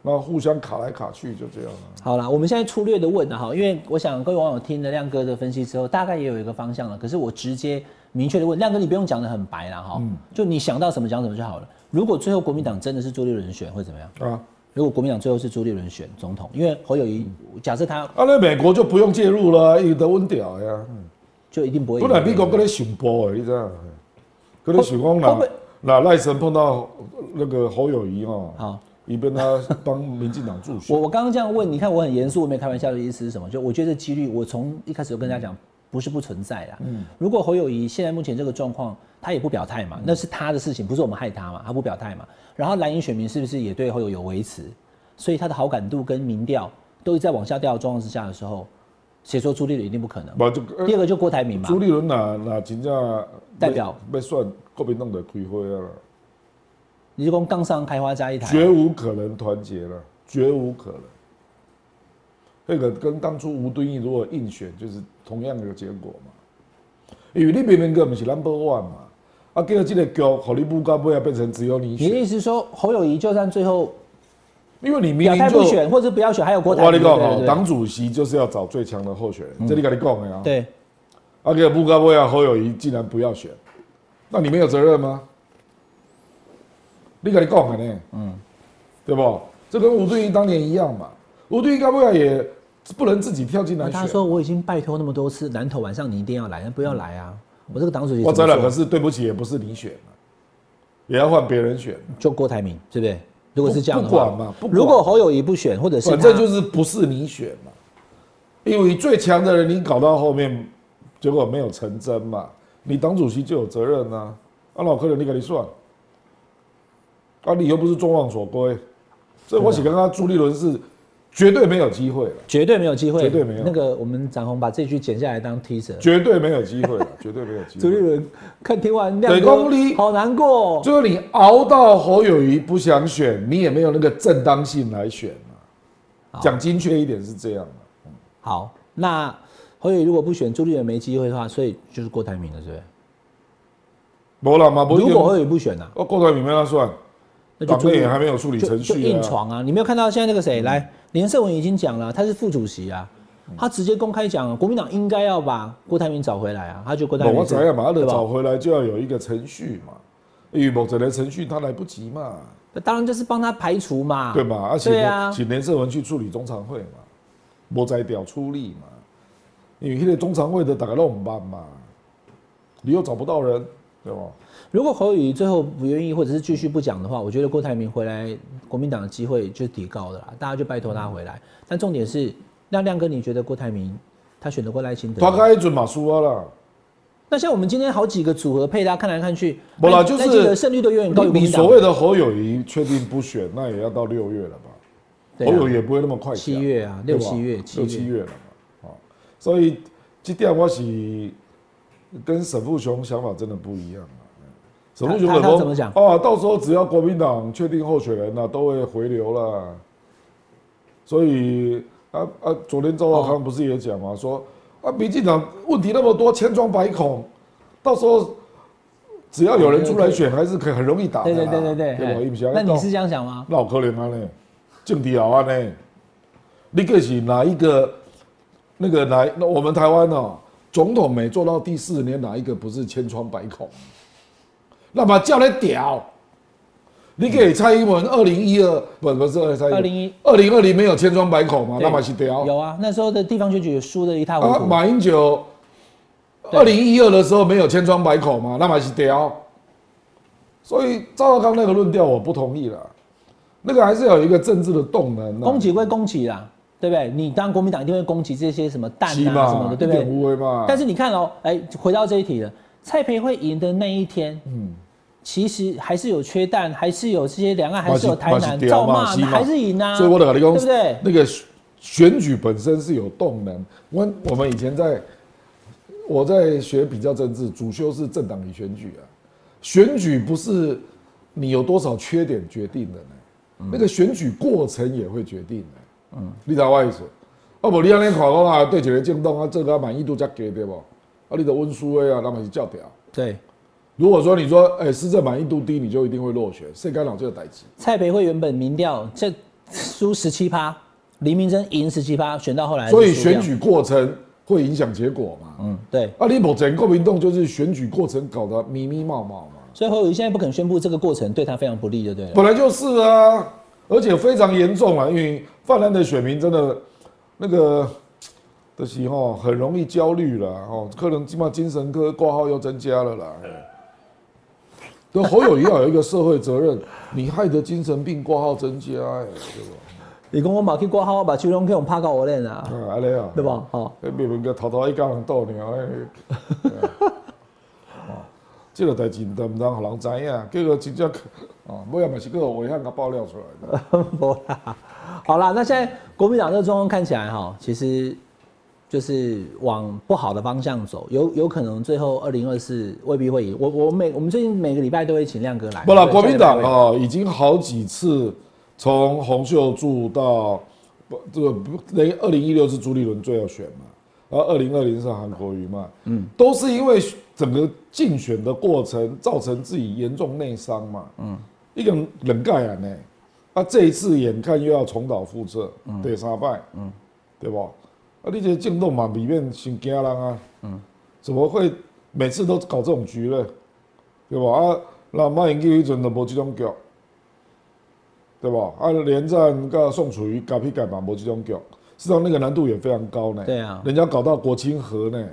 Speaker 3: 然后互相卡来卡去，就这样啊。
Speaker 2: 好啦，我们现在粗略的问啊了哈，因为我想各位网友听了亮哥的分析之后，大概也有一个方向了。可是我直接明确的问亮哥，你不用讲的很白啦
Speaker 3: 嗯
Speaker 2: 哈，就你想到什么讲什么就好了。如果最后国民党真的是朱立伦选会怎么样？
Speaker 3: 啊，
Speaker 2: 如果国民党最后是朱立伦选总统，因为侯友谊假设他
Speaker 3: 啊，那美国就不用介入了，有得温屌呀。
Speaker 2: 就一定不会赢。
Speaker 3: 本来美国跟你想波的，你知道吗？跟你想讲
Speaker 2: 会
Speaker 3: 哪
Speaker 2: 不会
Speaker 3: 哪赖神碰到那个侯友谊哦，
Speaker 2: 好，
Speaker 3: 一边他帮民进党助 选
Speaker 2: 我。我刚刚这样问，你看我很严肃，我没有开玩笑的意思是什么？就我觉得这几率，我从一开始就跟大家讲，不是不存在啦。
Speaker 3: 嗯
Speaker 2: 如果侯友谊现在目前这个状况，他也不表态嘛，那是他的事情，不是我们害他嘛，他不表态嘛。然后蓝营选民是不是也对侯友有维持？所以他的好感度跟民调都一直在往下掉的状况之下的时候，谁说朱立伦一定不可能？
Speaker 3: 不就呃
Speaker 2: 第二个就郭台铭嘛
Speaker 3: 朱，立伦哪哪真正
Speaker 2: 代表
Speaker 3: 要算国民党的开会啊啦，
Speaker 2: 你就光杠上开花加一台
Speaker 3: 绝无可能团结了，绝无可能。那个跟当初吴敦义如果硬选，就是同样的结果嘛。因为你明明个不是 number one 嘛，啊，结果这个局，和你不干不要变成只有你
Speaker 2: 你的
Speaker 3: 选，
Speaker 2: 意思是说，侯友谊就算最后
Speaker 3: 因为你明
Speaker 2: 表
Speaker 3: 明
Speaker 2: 态不
Speaker 3: 就
Speaker 2: 选，或者不要选，还有郭
Speaker 3: 我
Speaker 2: 台铭。
Speaker 3: 跟你
Speaker 2: 对
Speaker 3: 讲
Speaker 2: 不
Speaker 3: 哦，
Speaker 2: 对嗯
Speaker 3: 党主席就是要找最强的候选人，这里跟你讲的啊。
Speaker 2: 对，
Speaker 3: 啊，结果不干不要侯友谊竟然不要选，那你没有责任吗？你跟你讲的呢，嗯，对不？这跟吴敦义当年一样嘛，吴敦义干不要啊也不能自己跳进来
Speaker 2: 哦那他
Speaker 3: 选。
Speaker 2: 说我已经拜托那么多次，南投晚上你一定要来，不要来啊！我这个党主席
Speaker 3: 我
Speaker 2: 怎
Speaker 3: 这
Speaker 2: 么
Speaker 3: 两个
Speaker 2: 说？
Speaker 3: 是对不起，也不是你选嘛，也要换别人选嘛。
Speaker 2: 就郭台铭，对不对？如果是这样的
Speaker 3: 不
Speaker 2: 话，
Speaker 3: 管嘛不管
Speaker 2: 如果侯友谊不选，或者是
Speaker 3: 反正
Speaker 2: 他
Speaker 3: 就是不是你选嘛，因为最强的人你搞到后面，结果没有成真嘛，你党主席就有责任呐、啊。啊，老客人你给你算，啊，你又不是众望所归，所以我想跟他朱立伦是绝对没有机会了，
Speaker 2: 绝对没有机会，
Speaker 3: 绝对没有
Speaker 2: 那个我们展宏把这句剪下来当 T 恤。
Speaker 3: 绝对没有机会了， 绝对没有机
Speaker 2: 朱立
Speaker 3: 会。
Speaker 2: 伦看听完亮
Speaker 3: 对公理
Speaker 2: 哥好难过哦，
Speaker 3: 最后你熬到侯友谊不想选，你也没有那个正当性来选嘛。
Speaker 2: 好
Speaker 3: 讲精确一点是这样嘛
Speaker 2: 好，那侯友宜如果不选，朱立伦没机会的话，所以就是郭台铭了，对不对？
Speaker 3: 没了嘛，不一定
Speaker 2: 如果侯友宜不选啊，
Speaker 3: 哦，郭台铭没他算，
Speaker 2: 那就
Speaker 3: 党
Speaker 2: 朱
Speaker 3: 内
Speaker 2: 立
Speaker 3: 也
Speaker 2: 伦
Speaker 3: 还没有处理
Speaker 2: 就
Speaker 3: 程
Speaker 2: 就
Speaker 3: 序
Speaker 2: 硬
Speaker 3: 啊。嗯
Speaker 2: 闯啊！你没有看到现在那个谁来，连胜文已经讲了，他是副主席啊，他直接公开讲，国民党应该要把郭台铭找回来啊，他就郭台
Speaker 3: 我
Speaker 2: 铭
Speaker 3: 怎样嘛，他
Speaker 2: 对
Speaker 3: 得
Speaker 2: 吧
Speaker 3: 找回来就要有一个程序嘛，因为某整个程序他来不及嘛，
Speaker 2: 当然就是帮他排除嘛，
Speaker 3: 对吧？而
Speaker 2: 啊对
Speaker 3: 且
Speaker 2: 啊
Speaker 3: 请连胜文去处理中常会嘛，莫再屌出力嘛，因为现在中常会的大概弄办嘛，你又找不到人，对吧？
Speaker 2: 如果侯友宜最后不愿意，或者是继续不讲的话，我觉得郭台铭回来国民党的机会就提高了啦，大家就拜托他回
Speaker 3: 嗯
Speaker 2: 来。但重点是，那亮哥，你觉得郭台铭他选得过赖清德
Speaker 3: 大
Speaker 2: 吗？
Speaker 3: 概准马输啊啦，
Speaker 2: 那像我们今天好几个组合配搭，看来看去，哎
Speaker 3: 没啦
Speaker 2: 赖
Speaker 3: 就是
Speaker 2: 赖清德胜率都远远高于国
Speaker 3: 你
Speaker 2: 民党
Speaker 3: 所谓的侯友谊确定不选，那也要到六月了吧？
Speaker 2: 对
Speaker 3: 侯
Speaker 2: 啊
Speaker 3: 友宜也不会那么快讲。
Speaker 2: 七月啊，六
Speaker 3: 对吧
Speaker 2: 七月，
Speaker 3: 六七
Speaker 2: 七月，
Speaker 3: 月了嘛，哦，所以这点我是跟沈富雄想法真的不一样啊。沈富雄
Speaker 2: 他他
Speaker 3: 说
Speaker 2: 怎么讲
Speaker 3: 哦，到时候只要国民党确定候选人了、都会回流了。所以啊啊，昨天赵少康不是也讲
Speaker 2: 哦
Speaker 3: 嘛，说啊，民进党问题那么多，千疮百孔，到时候只要有人出来选，还是可以很容易打的
Speaker 2: 对
Speaker 3: 啦。
Speaker 2: 对对对对
Speaker 3: 啊对吧伊不是
Speaker 2: 对。
Speaker 3: 安尼
Speaker 2: 那你
Speaker 3: 讲
Speaker 2: 是这样想吗？
Speaker 3: 那有可能啊呢，政治也安呢，啊你可是哪一个那个哪那我们台湾哦，总统没做到第四年，哪一个不是千疮百孔？那么叫来屌，你给蔡英文二零一二不不是蔡英文
Speaker 2: 2012
Speaker 3: 二零二零没有千疮百孔嘛？
Speaker 2: 对
Speaker 3: 那么是屌
Speaker 2: 有啊，那时候的地方选举输的一塌糊
Speaker 3: 啊！
Speaker 2: 涂，
Speaker 3: 马英九二零一二的时候没有千疮百孔嘛？那么是屌。所以赵少康那个论调我不同意了，那个还是要有一个政治的动能、啊。
Speaker 2: 攻击归攻击啦，对不对？你当国民党一定会攻击这些什么蛋
Speaker 3: 是
Speaker 2: 啊什么
Speaker 3: 嘛，
Speaker 2: 的，
Speaker 3: 一
Speaker 2: 对不对
Speaker 3: 点？啊无为嘛。
Speaker 2: 但是你看哦，哎，回到这一题了，蔡培慧赢的那一天，嗯，其实还是有缺蛋，还是有这些两岸，还是有台
Speaker 3: 嘛
Speaker 2: 南，
Speaker 3: 是对啊
Speaker 2: 照
Speaker 3: 嘛
Speaker 2: 骂
Speaker 3: 是嘛
Speaker 2: 还是赢啊，
Speaker 3: 所以我的跟你
Speaker 2: 对
Speaker 3: 讲，
Speaker 2: 不对？
Speaker 3: 那个选选举本身是有动能。我我们以前在我在学比较政治，主修是政党与选举啊，选举不是你有多少缺点决定的呢，那个选举过程也会决定的。嗯，你知道我的意思？啊，无你安尼看讲啊，对一个政党啊，这个满意度才低对不？啊，你的温书的啊，那么是教条。
Speaker 2: 对，
Speaker 3: 如果说你说，哎、施政满意度低，你就一定会落选，谁干扰这个代志？
Speaker 2: 蔡培慧原本民调这输十七趴，黎明真赢十七趴，选到后来
Speaker 3: 所以
Speaker 2: 是输掉
Speaker 3: 选，举过程会影响结果嘛。嗯，
Speaker 2: 对，
Speaker 3: 啊，你目前国民党就是选举过程搞得迷迷冒冒嘛，
Speaker 2: 所以侯友宜现在不肯宣布这个过程对他非常不利，就对了。
Speaker 3: 本来就是啊，而且非常严重啊，因为泛滥的选民真的那个的时候很容易焦虑啦，哦，可能起码精神科挂号又增加了啦。对，侯友宜要有一个社会责任，你害得精神病挂号增加、哎，对吧？
Speaker 2: 你跟我马去挂号，我把九龙给我们拍到我脸啊，
Speaker 3: 啊，安尼啊，
Speaker 2: 对吧哦好
Speaker 3: 迄明明个偷偷一家人倒尿，哎， 哦这个代志毋通让人知影，结果真正，哦，尾也嘛是个危险甲爆料出来的。
Speaker 2: 不啦，好啦，那现在国民党这个状况看起来哈，其实就是往不好的方向走，有有可能最后二零二四未必会赢。我我每我们最近每个礼拜都会请亮哥来，
Speaker 3: 不啦，
Speaker 2: 对
Speaker 3: 国民党，
Speaker 2: 下个礼
Speaker 3: 哦，已经好几次从洪秀柱到不这个不那二零一六是朱立伦最要选嘛，然后二零二零是韩国瑜嘛，嗯，都是因为整个竞选的过程造成自己严重内伤嘛，嗯，一个人冷盖啊呢，啊这一次眼看又要重蹈覆辙，第三败，嗯，对吧？啊，你这进动嘛里面先惊人啊，嗯，怎么会每次都搞这种局呢？对吧？啊，那马英九迄阵就无即种局，对吧？啊，连战跟宋楚瑜搞屁改嘛无即种局，事实际上那个难度也非常高呢。
Speaker 2: 对啊
Speaker 3: 人家搞到国清河呢，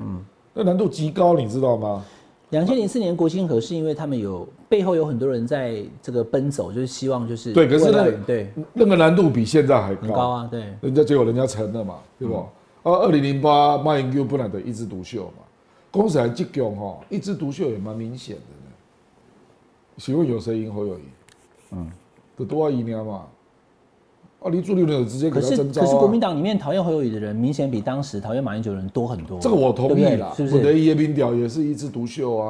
Speaker 3: 那难度极高，你知道吗？
Speaker 2: 两千零四年国新和是因为他们有背后有很多人在这个奔走，就是希望就是
Speaker 3: 对可是
Speaker 2: 未来
Speaker 3: 那
Speaker 2: 对
Speaker 3: 那个难度比现在还
Speaker 2: 很高啊，对
Speaker 3: 人家结果人家成了嘛，
Speaker 2: 嗯
Speaker 3: 对不？啊，二零零八马英九不难得一枝独秀嘛，公司还这强哈，一枝独秀也蛮明显的呢。请问有谁赢侯友谊？嗯，多少赢了嘛？啊，你朱立伦有直接
Speaker 2: 可
Speaker 3: 给他
Speaker 2: 是
Speaker 3: 征召
Speaker 2: 可是国民
Speaker 3: 啊。
Speaker 2: 党里面讨厌侯友宜的人，明显比当时讨厌马英九的人多很多。
Speaker 3: 这个我同意
Speaker 2: 对不对
Speaker 3: 啦，
Speaker 2: 是不
Speaker 3: 我的
Speaker 2: 是？
Speaker 3: 叶冰屌也是一枝独秀啊。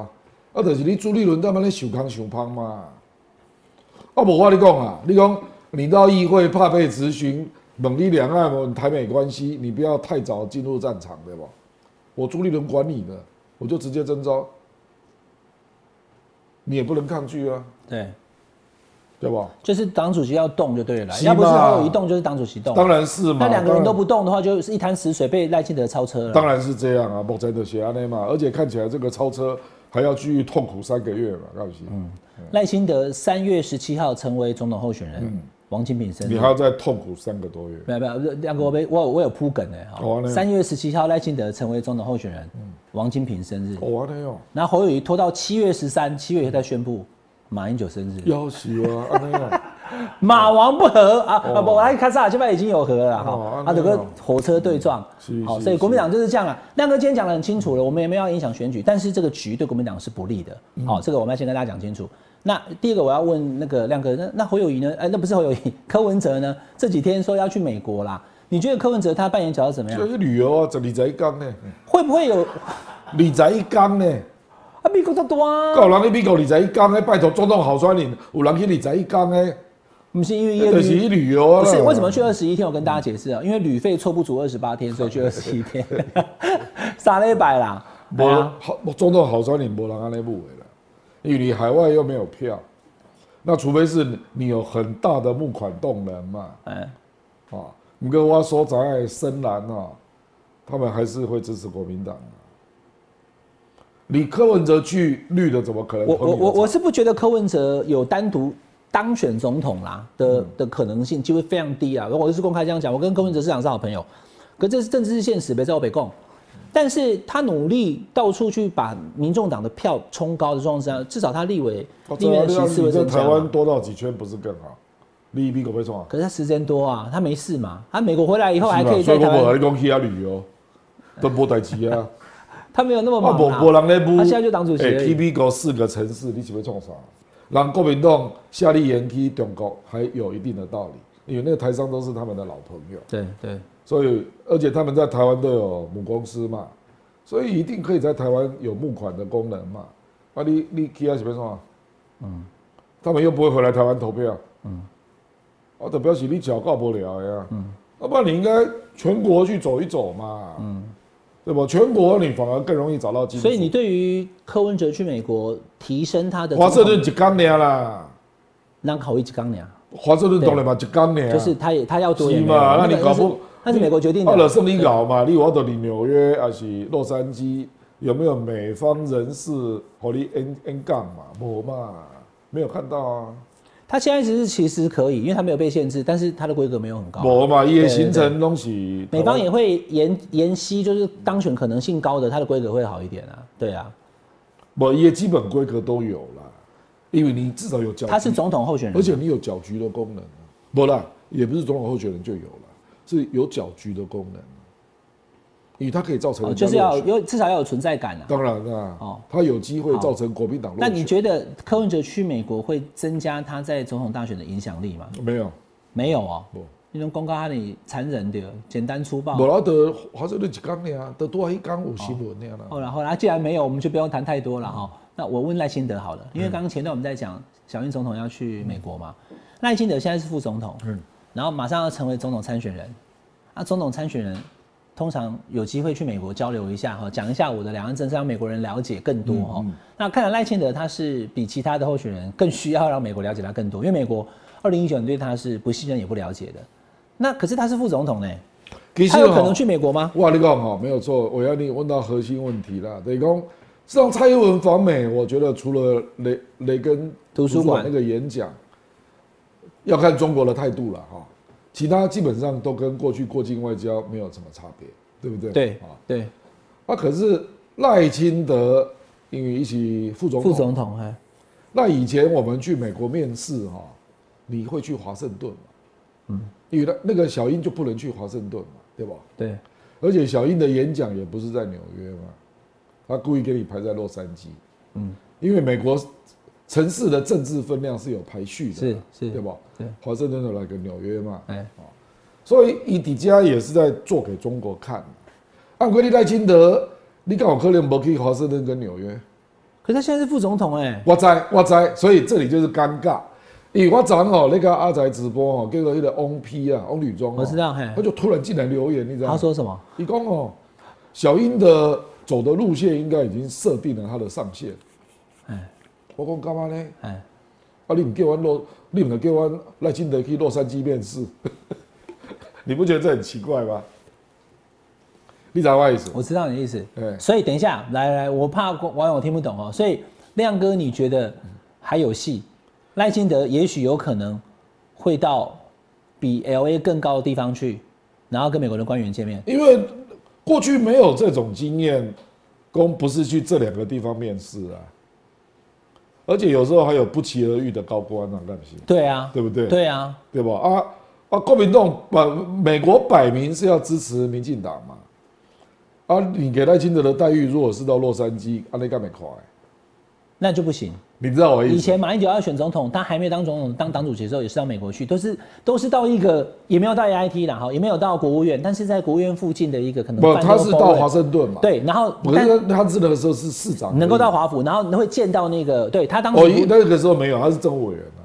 Speaker 3: 啊，但是你朱立伦他妈咧想康想胖嘛。啊，无我跟你讲啊，你讲你到议会怕被质询，猛力两岸我台美关系，你不要太早进入战场，对吧？我朱立伦管你的，我就直接征召，你也不能抗拒啊，
Speaker 2: 对，
Speaker 3: 对吧？
Speaker 2: 就是党主席要动就对了，
Speaker 3: 是
Speaker 2: 要
Speaker 3: 嘛
Speaker 2: 不是侯友宜动，就是党主席动。
Speaker 3: 当，然是嘛，
Speaker 2: 那两个人
Speaker 3: 当然
Speaker 2: 都不动的话，就是一滩死水，被赖清德超车了。
Speaker 3: 当然是这样啊，莫在的写安内嘛，而且看起来这个超车还要继续痛苦三个月嘛，告诉你，
Speaker 2: 嗯赖清德三月十七号成为总统候选人，王金平生
Speaker 3: 嗯你
Speaker 2: 日。
Speaker 3: 还要再痛苦三个多月。
Speaker 2: 没有没有，亮哥我被我有我有铺梗哎
Speaker 3: 哦
Speaker 2: 哈
Speaker 3: 那。样嗯
Speaker 2: 三月十七号赖清德成为总统候选人，王金平生日。
Speaker 3: 哦，安尼哦，
Speaker 2: 然后侯友宜拖到七月十三，七月以后再宣布马英九生日。
Speaker 3: 要死啊，安尼哦，
Speaker 2: 马王不和啊啊！不，来看萨，现在已经有和了
Speaker 3: 哦
Speaker 2: 哈，
Speaker 3: 啊
Speaker 2: 啊，这
Speaker 3: 那
Speaker 2: 个
Speaker 3: 样
Speaker 2: 火车对撞
Speaker 3: 是，
Speaker 2: 好，
Speaker 3: 是
Speaker 2: 所以国民党就是这样了。亮哥今天讲的很清楚了，我们也没有要影响选举，但是这个局对国民党是不利的，
Speaker 3: 嗯
Speaker 2: 好，这个我们要先跟大家讲清楚。那第一个我要问那个亮哥，那那侯友谊呢？哎，那不是侯友谊，柯文哲呢？这几天说要去美国啦，你觉得柯文哲他扮演角色怎么样
Speaker 3: 这？是旅游啊，十二才一工呢，
Speaker 2: 会不会有
Speaker 3: 二十一工呢，
Speaker 2: 啊？美国的多啊？
Speaker 3: 到人去美国二十一工诶，拜托总统候选人，有人去二十一工诶，
Speaker 2: 不是因为耶
Speaker 3: 那就是去旅游啊。
Speaker 2: 不是为什么去二十一天？我跟大家解释啊，因为旅费凑不足二十八天，所以去二十一天， 傻了一百啦。
Speaker 3: 无
Speaker 2: 对啊，
Speaker 3: 好，总统候选人无人安尼舞的啦，因为你海外又没有票，那除非是你有很大的募款动能嘛。
Speaker 2: 嗯，
Speaker 3: 啊，不过我所在的深蓝啊，他们还是会支持国民党、啊。你柯文哲去绿的，怎么可能啊
Speaker 2: 我
Speaker 3: 和你
Speaker 2: 我
Speaker 3: 有差？
Speaker 2: 我我是不觉得柯文哲有单独当选总统啦
Speaker 3: 嗯
Speaker 2: 的的可能性，机会非常低啊。我就是公开这样讲，我跟柯文哲市长是好朋友，可这是政治是现实，别在我北共。但是他努力到处去把民众党的票冲高的状况之下，至少他立委
Speaker 3: 哦
Speaker 2: 立
Speaker 3: 对啊
Speaker 2: 院
Speaker 3: 你
Speaker 2: 的席次
Speaker 3: 让
Speaker 2: 会
Speaker 3: 你在
Speaker 2: 增加
Speaker 3: 台
Speaker 2: 嘛。
Speaker 3: 湾多绕几圈不是更好？你比狗被冲啊？
Speaker 2: 可是他时间多啊，他没事嘛，他美国回来以后还
Speaker 3: 是吧
Speaker 2: 可以
Speaker 3: 所
Speaker 2: 在
Speaker 3: 以
Speaker 2: 台
Speaker 3: 我无和
Speaker 2: 湾，
Speaker 3: 你讲去啊旅游，都无代志 啊。
Speaker 2: 他没有那么
Speaker 3: 啊，
Speaker 2: 忙
Speaker 3: 无
Speaker 2: 啊
Speaker 3: 无人咧舞。
Speaker 2: 他现在就党主席而已
Speaker 3: 哎去美国四个城市，你是要创啥？让国民党夏令营去中国还有一定的道理，因为那个台商都是他们的老朋友。
Speaker 2: 对对，
Speaker 3: 所以而且他们在台湾都有母公司嘛，所以一定可以在台湾有募款的功能嘛。啊你，你去啊，是边啊？嗯，他们又不会回来台湾投票。嗯，啊，代表是你脚告不了的呀。嗯，要、不然你应该全国去走一走嘛。嗯，对吧？全国你反而更容易找到机会。
Speaker 2: 所以你对于柯文哲去美国提升他的
Speaker 3: 华盛
Speaker 2: 总
Speaker 3: 顿
Speaker 2: 统
Speaker 3: 一干年啦，
Speaker 2: 那考一级纲领，
Speaker 3: 华盛顿当然嘛一干年。
Speaker 2: 啊就是他也他要多也没
Speaker 3: 啊是嘛
Speaker 2: 有
Speaker 3: 那你搞不
Speaker 2: 是那是美国决定
Speaker 3: 啊，就
Speaker 2: 的，
Speaker 3: 算你咬嘛，你我到你纽约还是洛杉矶，有没有美方人士和你 N N 杠嘛？没嘛，没有看到啊，
Speaker 2: 他现在其实其实可以，因为他没有被限制，但是他的规格没有很高。
Speaker 3: 没嘛，伊的
Speaker 2: 哦对
Speaker 3: 行程哦东西，
Speaker 2: 美方也会延延期，就是当选可能性高的，他的规格会好一点啊。对啊，
Speaker 3: 没伊的基本规格都有啦，因为你至少有搅局，
Speaker 2: 他是总统候选人，
Speaker 3: 而且你有搅局的功能、啊，不啦，也不是总统候选人就有了，是有搅局的功能、啊因为它可以造成
Speaker 2: 哦
Speaker 3: 人家
Speaker 2: 就是要
Speaker 3: 落选
Speaker 2: 有至少要有存在感啊。
Speaker 3: 当然啦、
Speaker 2: 哦
Speaker 3: 它有机会造成国民党落
Speaker 2: 那
Speaker 3: 选。
Speaker 2: 你觉得柯文哲去美国会增加他在总统大选的影响力吗？
Speaker 3: 没有？
Speaker 2: 没有哦
Speaker 3: 不，
Speaker 2: 那种公告他的残忍的，简单粗暴
Speaker 3: 无。啦，得华盛顿一工尔，得多一工有新闻尔啦。
Speaker 2: 后来后来，既然没有，我们就不用谈太多了
Speaker 3: 嗯
Speaker 2: 哈、那我问赖清德好了，因为刚刚前段我们在讲小英总统要去美国嘛，赖清德现在是副总统，
Speaker 3: 嗯
Speaker 2: 然后马上要成为总统参选人，啊，总统参选人通常有机会去美国交流一下哈，哦讲一下我的两岸政策，让美国人了解更
Speaker 3: 嗯
Speaker 2: 多哈、那看来赖清德他是比其他的候选人更需要让美国了解他更多，因为美国二零一九年对他是不信任也不了解的。那可是他是副总统呢，
Speaker 3: 其
Speaker 2: 他有可
Speaker 3: 吼
Speaker 2: 能去美国吗？
Speaker 3: 我跟你讲哈，没有错，我要你问到核心问题啦。等于讲，实际上蔡英文访美，我觉得除了雷雷根
Speaker 2: 图书馆
Speaker 3: 那个演讲，要看中国的态度了哈。其他基本上都跟过去过境外交没有什么差别，对不对？
Speaker 2: 对
Speaker 3: 啊，
Speaker 2: 对，
Speaker 3: 啊，可是赖清德英语一起副总
Speaker 2: 副
Speaker 3: 统。
Speaker 2: 总统，哎，
Speaker 3: 那以前我们去美国面试哈，你会去华盛顿嘛？嗯，因为那那个小英就不能去华盛顿嘛，对吧？
Speaker 2: 对，
Speaker 3: 而且小英的演讲也不是在纽约嘛，他故意给你排在洛杉矶。嗯，因为美国城市的政治分量是有排序的嘛，
Speaker 2: 是是
Speaker 3: 对吧？
Speaker 2: 对，
Speaker 3: 华盛顿的来个纽约嘛，
Speaker 2: 哎，
Speaker 3: 所以伊底家也是在做给中国看。按规律，赖清德，你敢有可能没去华盛顿跟纽约？
Speaker 2: 可是他现在是副总统，哎，
Speaker 3: 我知我知，所以这里就是尴尬。咦，我昨哦那个阿宅直播哦，跟个那个翁 P 啊，翁吕中、哦，
Speaker 2: 我知道嘿
Speaker 3: 他就突然进来留言，你知道吗
Speaker 2: 他？说什么？
Speaker 3: 你讲哦，小英的走的路线应该已经设定了他的上限。
Speaker 2: 哎
Speaker 3: 我讲干嘛呢？
Speaker 2: 哎，
Speaker 3: 啊，你唔叫我洛，你唔叫我赖清德去洛杉矶面试， 你不觉得这很奇怪吗？你知道我的意思？
Speaker 2: 我知道你的意思
Speaker 3: 对，
Speaker 2: 所以等一下，来来，我怕网友听不懂哦，所以亮哥，你觉得
Speaker 3: 嗯
Speaker 2: 还有戏？赖清德也许有可能会到比 L A 更高的地方去，然后跟美国的官员见面。
Speaker 3: 因为过去没有这种经验，公不是去这两个地方面试啊，而且有时候还有不期而遇的高官啊，干不行，
Speaker 2: 对啊，
Speaker 3: 对不对
Speaker 2: 对啊，
Speaker 3: 对吧？啊啊，国民党把美国摆明是要支持民进党嘛，啊，你给赖清德的待遇如果是到洛杉矶，啊，那干没快，
Speaker 2: 那就不行。
Speaker 3: 你知道我的意
Speaker 2: 以
Speaker 3: 思吗？
Speaker 2: 前马英九要选总统，他还没当总统，当党主席的时候也是到美国去，都是都是到一个也没有到 AIT 啦，哈，也没有到国务院，但是在国务院附近的一个可能
Speaker 3: 不，
Speaker 2: 办
Speaker 3: 他
Speaker 2: 公
Speaker 3: 是
Speaker 2: 楼
Speaker 3: 到
Speaker 2: 位
Speaker 3: 华盛顿嘛，，
Speaker 2: 对，然后
Speaker 3: 可
Speaker 2: 但
Speaker 3: 是他他那个时候是市长而已，
Speaker 2: 能够到华府，然后会见到那个对他当
Speaker 3: 哦，一
Speaker 2: 时
Speaker 3: 那个时候没有，他是政务委员啊，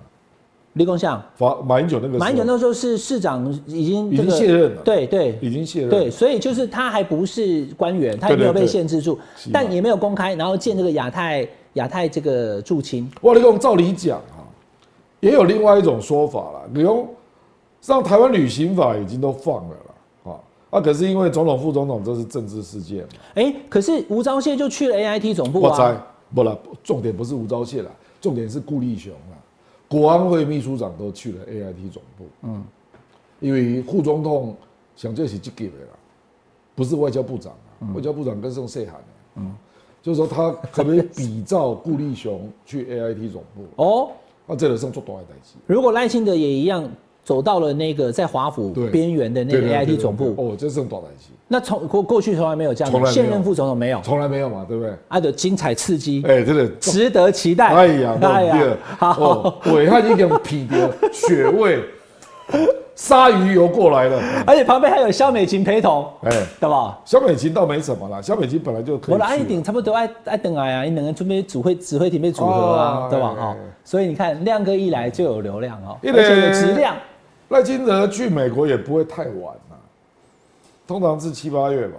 Speaker 2: 立功像
Speaker 3: 法马英九那个时候
Speaker 2: 马英九那时候是市长，已经、这个、
Speaker 3: 已经卸任了
Speaker 2: 对对
Speaker 3: 已经卸任了，
Speaker 2: 对，所以就是他还不是官员，他也
Speaker 3: 对
Speaker 2: 没有
Speaker 3: 对
Speaker 2: 被
Speaker 3: 对
Speaker 2: 限制住，
Speaker 3: 是
Speaker 2: 但
Speaker 3: 嘛
Speaker 2: 也没有公开，然后见这个亚太亚太这个驻青，
Speaker 3: 我跟你讲，照理讲啊，也有另外一种说法啦。你用像台湾旅行法已经都放了啦，啊啊，可是因为总统、副总统这是政治事件嘛，
Speaker 2: 哎、可是吴钊燮就去了 AIT 总部
Speaker 3: 我猜
Speaker 2: 啊，
Speaker 3: 不啦，重点不是吴钊燮啦，重点是顾立雄啦。国安会秘书长都去了 AIT 总部，嗯，因为副总统想这是这个的啦，不是外交部长啊，外交部长跟上谁喊的，嗯，就是说他可不可以比照顾立雄去 AIT 总部？
Speaker 2: 哦，
Speaker 3: 啊，这个是做大的代志。
Speaker 2: 如果赖清德也一样走到了那个在华府
Speaker 3: 对
Speaker 2: 边缘的那
Speaker 3: 对
Speaker 2: 个
Speaker 3: 对对
Speaker 2: AIT 总
Speaker 3: 对对
Speaker 2: 部，
Speaker 3: 对哦，这是很大代志，
Speaker 2: 那从过过去从来没有这样
Speaker 3: 从
Speaker 2: 的，
Speaker 3: 来没有
Speaker 2: 现任副总统没有，
Speaker 3: 从来没有嘛，对不对？
Speaker 2: 啊，的精彩刺激。
Speaker 3: 哎、真的，
Speaker 2: 值得期待。
Speaker 3: 哎呀，哎呀，
Speaker 2: 好，
Speaker 3: 哦，伟汉已经劈掉血味，鲨鱼游过来了。
Speaker 2: 而且旁边还有肖美琴陪同，
Speaker 3: 哎、
Speaker 2: 对吧？
Speaker 3: 小美琴倒没什么啦，小美琴本来就可以
Speaker 2: 我
Speaker 3: 去啊
Speaker 2: 的
Speaker 3: 了。
Speaker 2: 爱顶差不多爱爱等来啊，你两个准备组会指挥体被组合啊
Speaker 3: 哦，
Speaker 2: 对吧？
Speaker 3: 哎
Speaker 2: 哦
Speaker 3: 哎，
Speaker 2: 所以你看亮哥一来就有流量哦，
Speaker 3: 一
Speaker 2: 而
Speaker 3: 来
Speaker 2: 且有质量。
Speaker 3: 赖清德去美国也不会太晚啦、通常是七八月吧，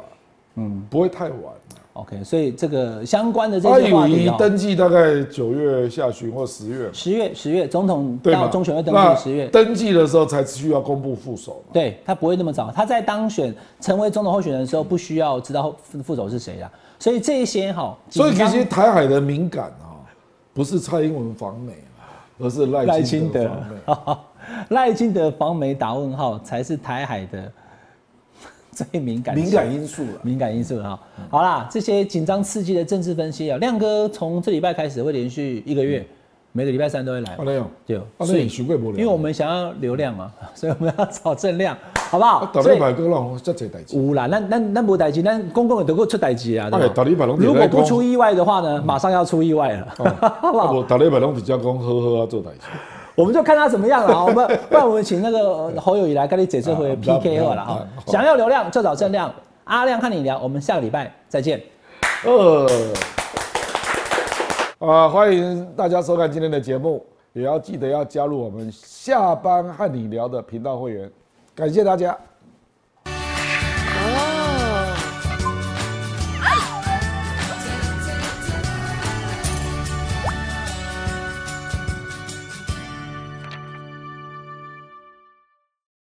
Speaker 3: 嗯，不会太晚啦、
Speaker 2: OK，所以这个相关的这
Speaker 3: 他
Speaker 2: 些话题
Speaker 3: 以
Speaker 2: 哦，
Speaker 3: 登记大概九月下旬或十月嘛，
Speaker 2: 十月十月总统
Speaker 3: 对
Speaker 2: 到
Speaker 3: 吗？
Speaker 2: 中选会登
Speaker 3: 那
Speaker 2: 记十月，
Speaker 3: 登记的时候才需要公布副手嘛。
Speaker 2: 对他不会那么早，他在当选成为总统候选人的时候，不需要知道副副手是谁啦。所以这一些哈，
Speaker 3: 所以
Speaker 2: 紧张
Speaker 3: 其实台海的敏感啊，不是蔡英文访美啊，而是赖
Speaker 2: 赖
Speaker 3: 清
Speaker 2: 清
Speaker 3: 德
Speaker 2: 德
Speaker 3: 访美。，
Speaker 2: 赖清德防美打问号才是台海的 最敏感
Speaker 3: 敏感因素了。
Speaker 2: 敏感因素哈。好啦，这些紧张刺激的政治分析啊，亮哥从这礼拜开始会连续一个
Speaker 3: 嗯
Speaker 2: 月，每个礼拜三都会来
Speaker 3: 阿。亮，
Speaker 2: 对，哦
Speaker 3: 阿
Speaker 2: 所
Speaker 3: 亮，
Speaker 2: 以
Speaker 3: 你学会不了？
Speaker 2: 因为我们想要流量嘛，所以我们要找正量，好不
Speaker 3: 啊
Speaker 2: 好？
Speaker 3: 打
Speaker 2: 所以
Speaker 3: 礼拜个让我这这代志，
Speaker 2: 有啦，那那那无代志，那公共也都够出代志啊。对吧
Speaker 3: 哎打礼拜拢在
Speaker 2: 如果
Speaker 3: 讲
Speaker 2: 不出意外的话呢，马上要出意外了， 好不好？
Speaker 3: 我打啊礼拜拢比较讲呵呵啊做代志。
Speaker 2: 我们就看他怎么样 了啊！我们不然我们请那个呃侯友谊来跟你解这
Speaker 3: 啊
Speaker 2: 回
Speaker 3: 不要
Speaker 2: PK
Speaker 3: 不要
Speaker 2: 好了哈
Speaker 3: 不。要
Speaker 2: 想要流量就找郑亮，阿亮和你聊，我们下个礼拜再见。
Speaker 3: 呃，啊，欢迎大家收看今天的节目，也要记得要加入我们下班和你聊的频道会员，感谢大家。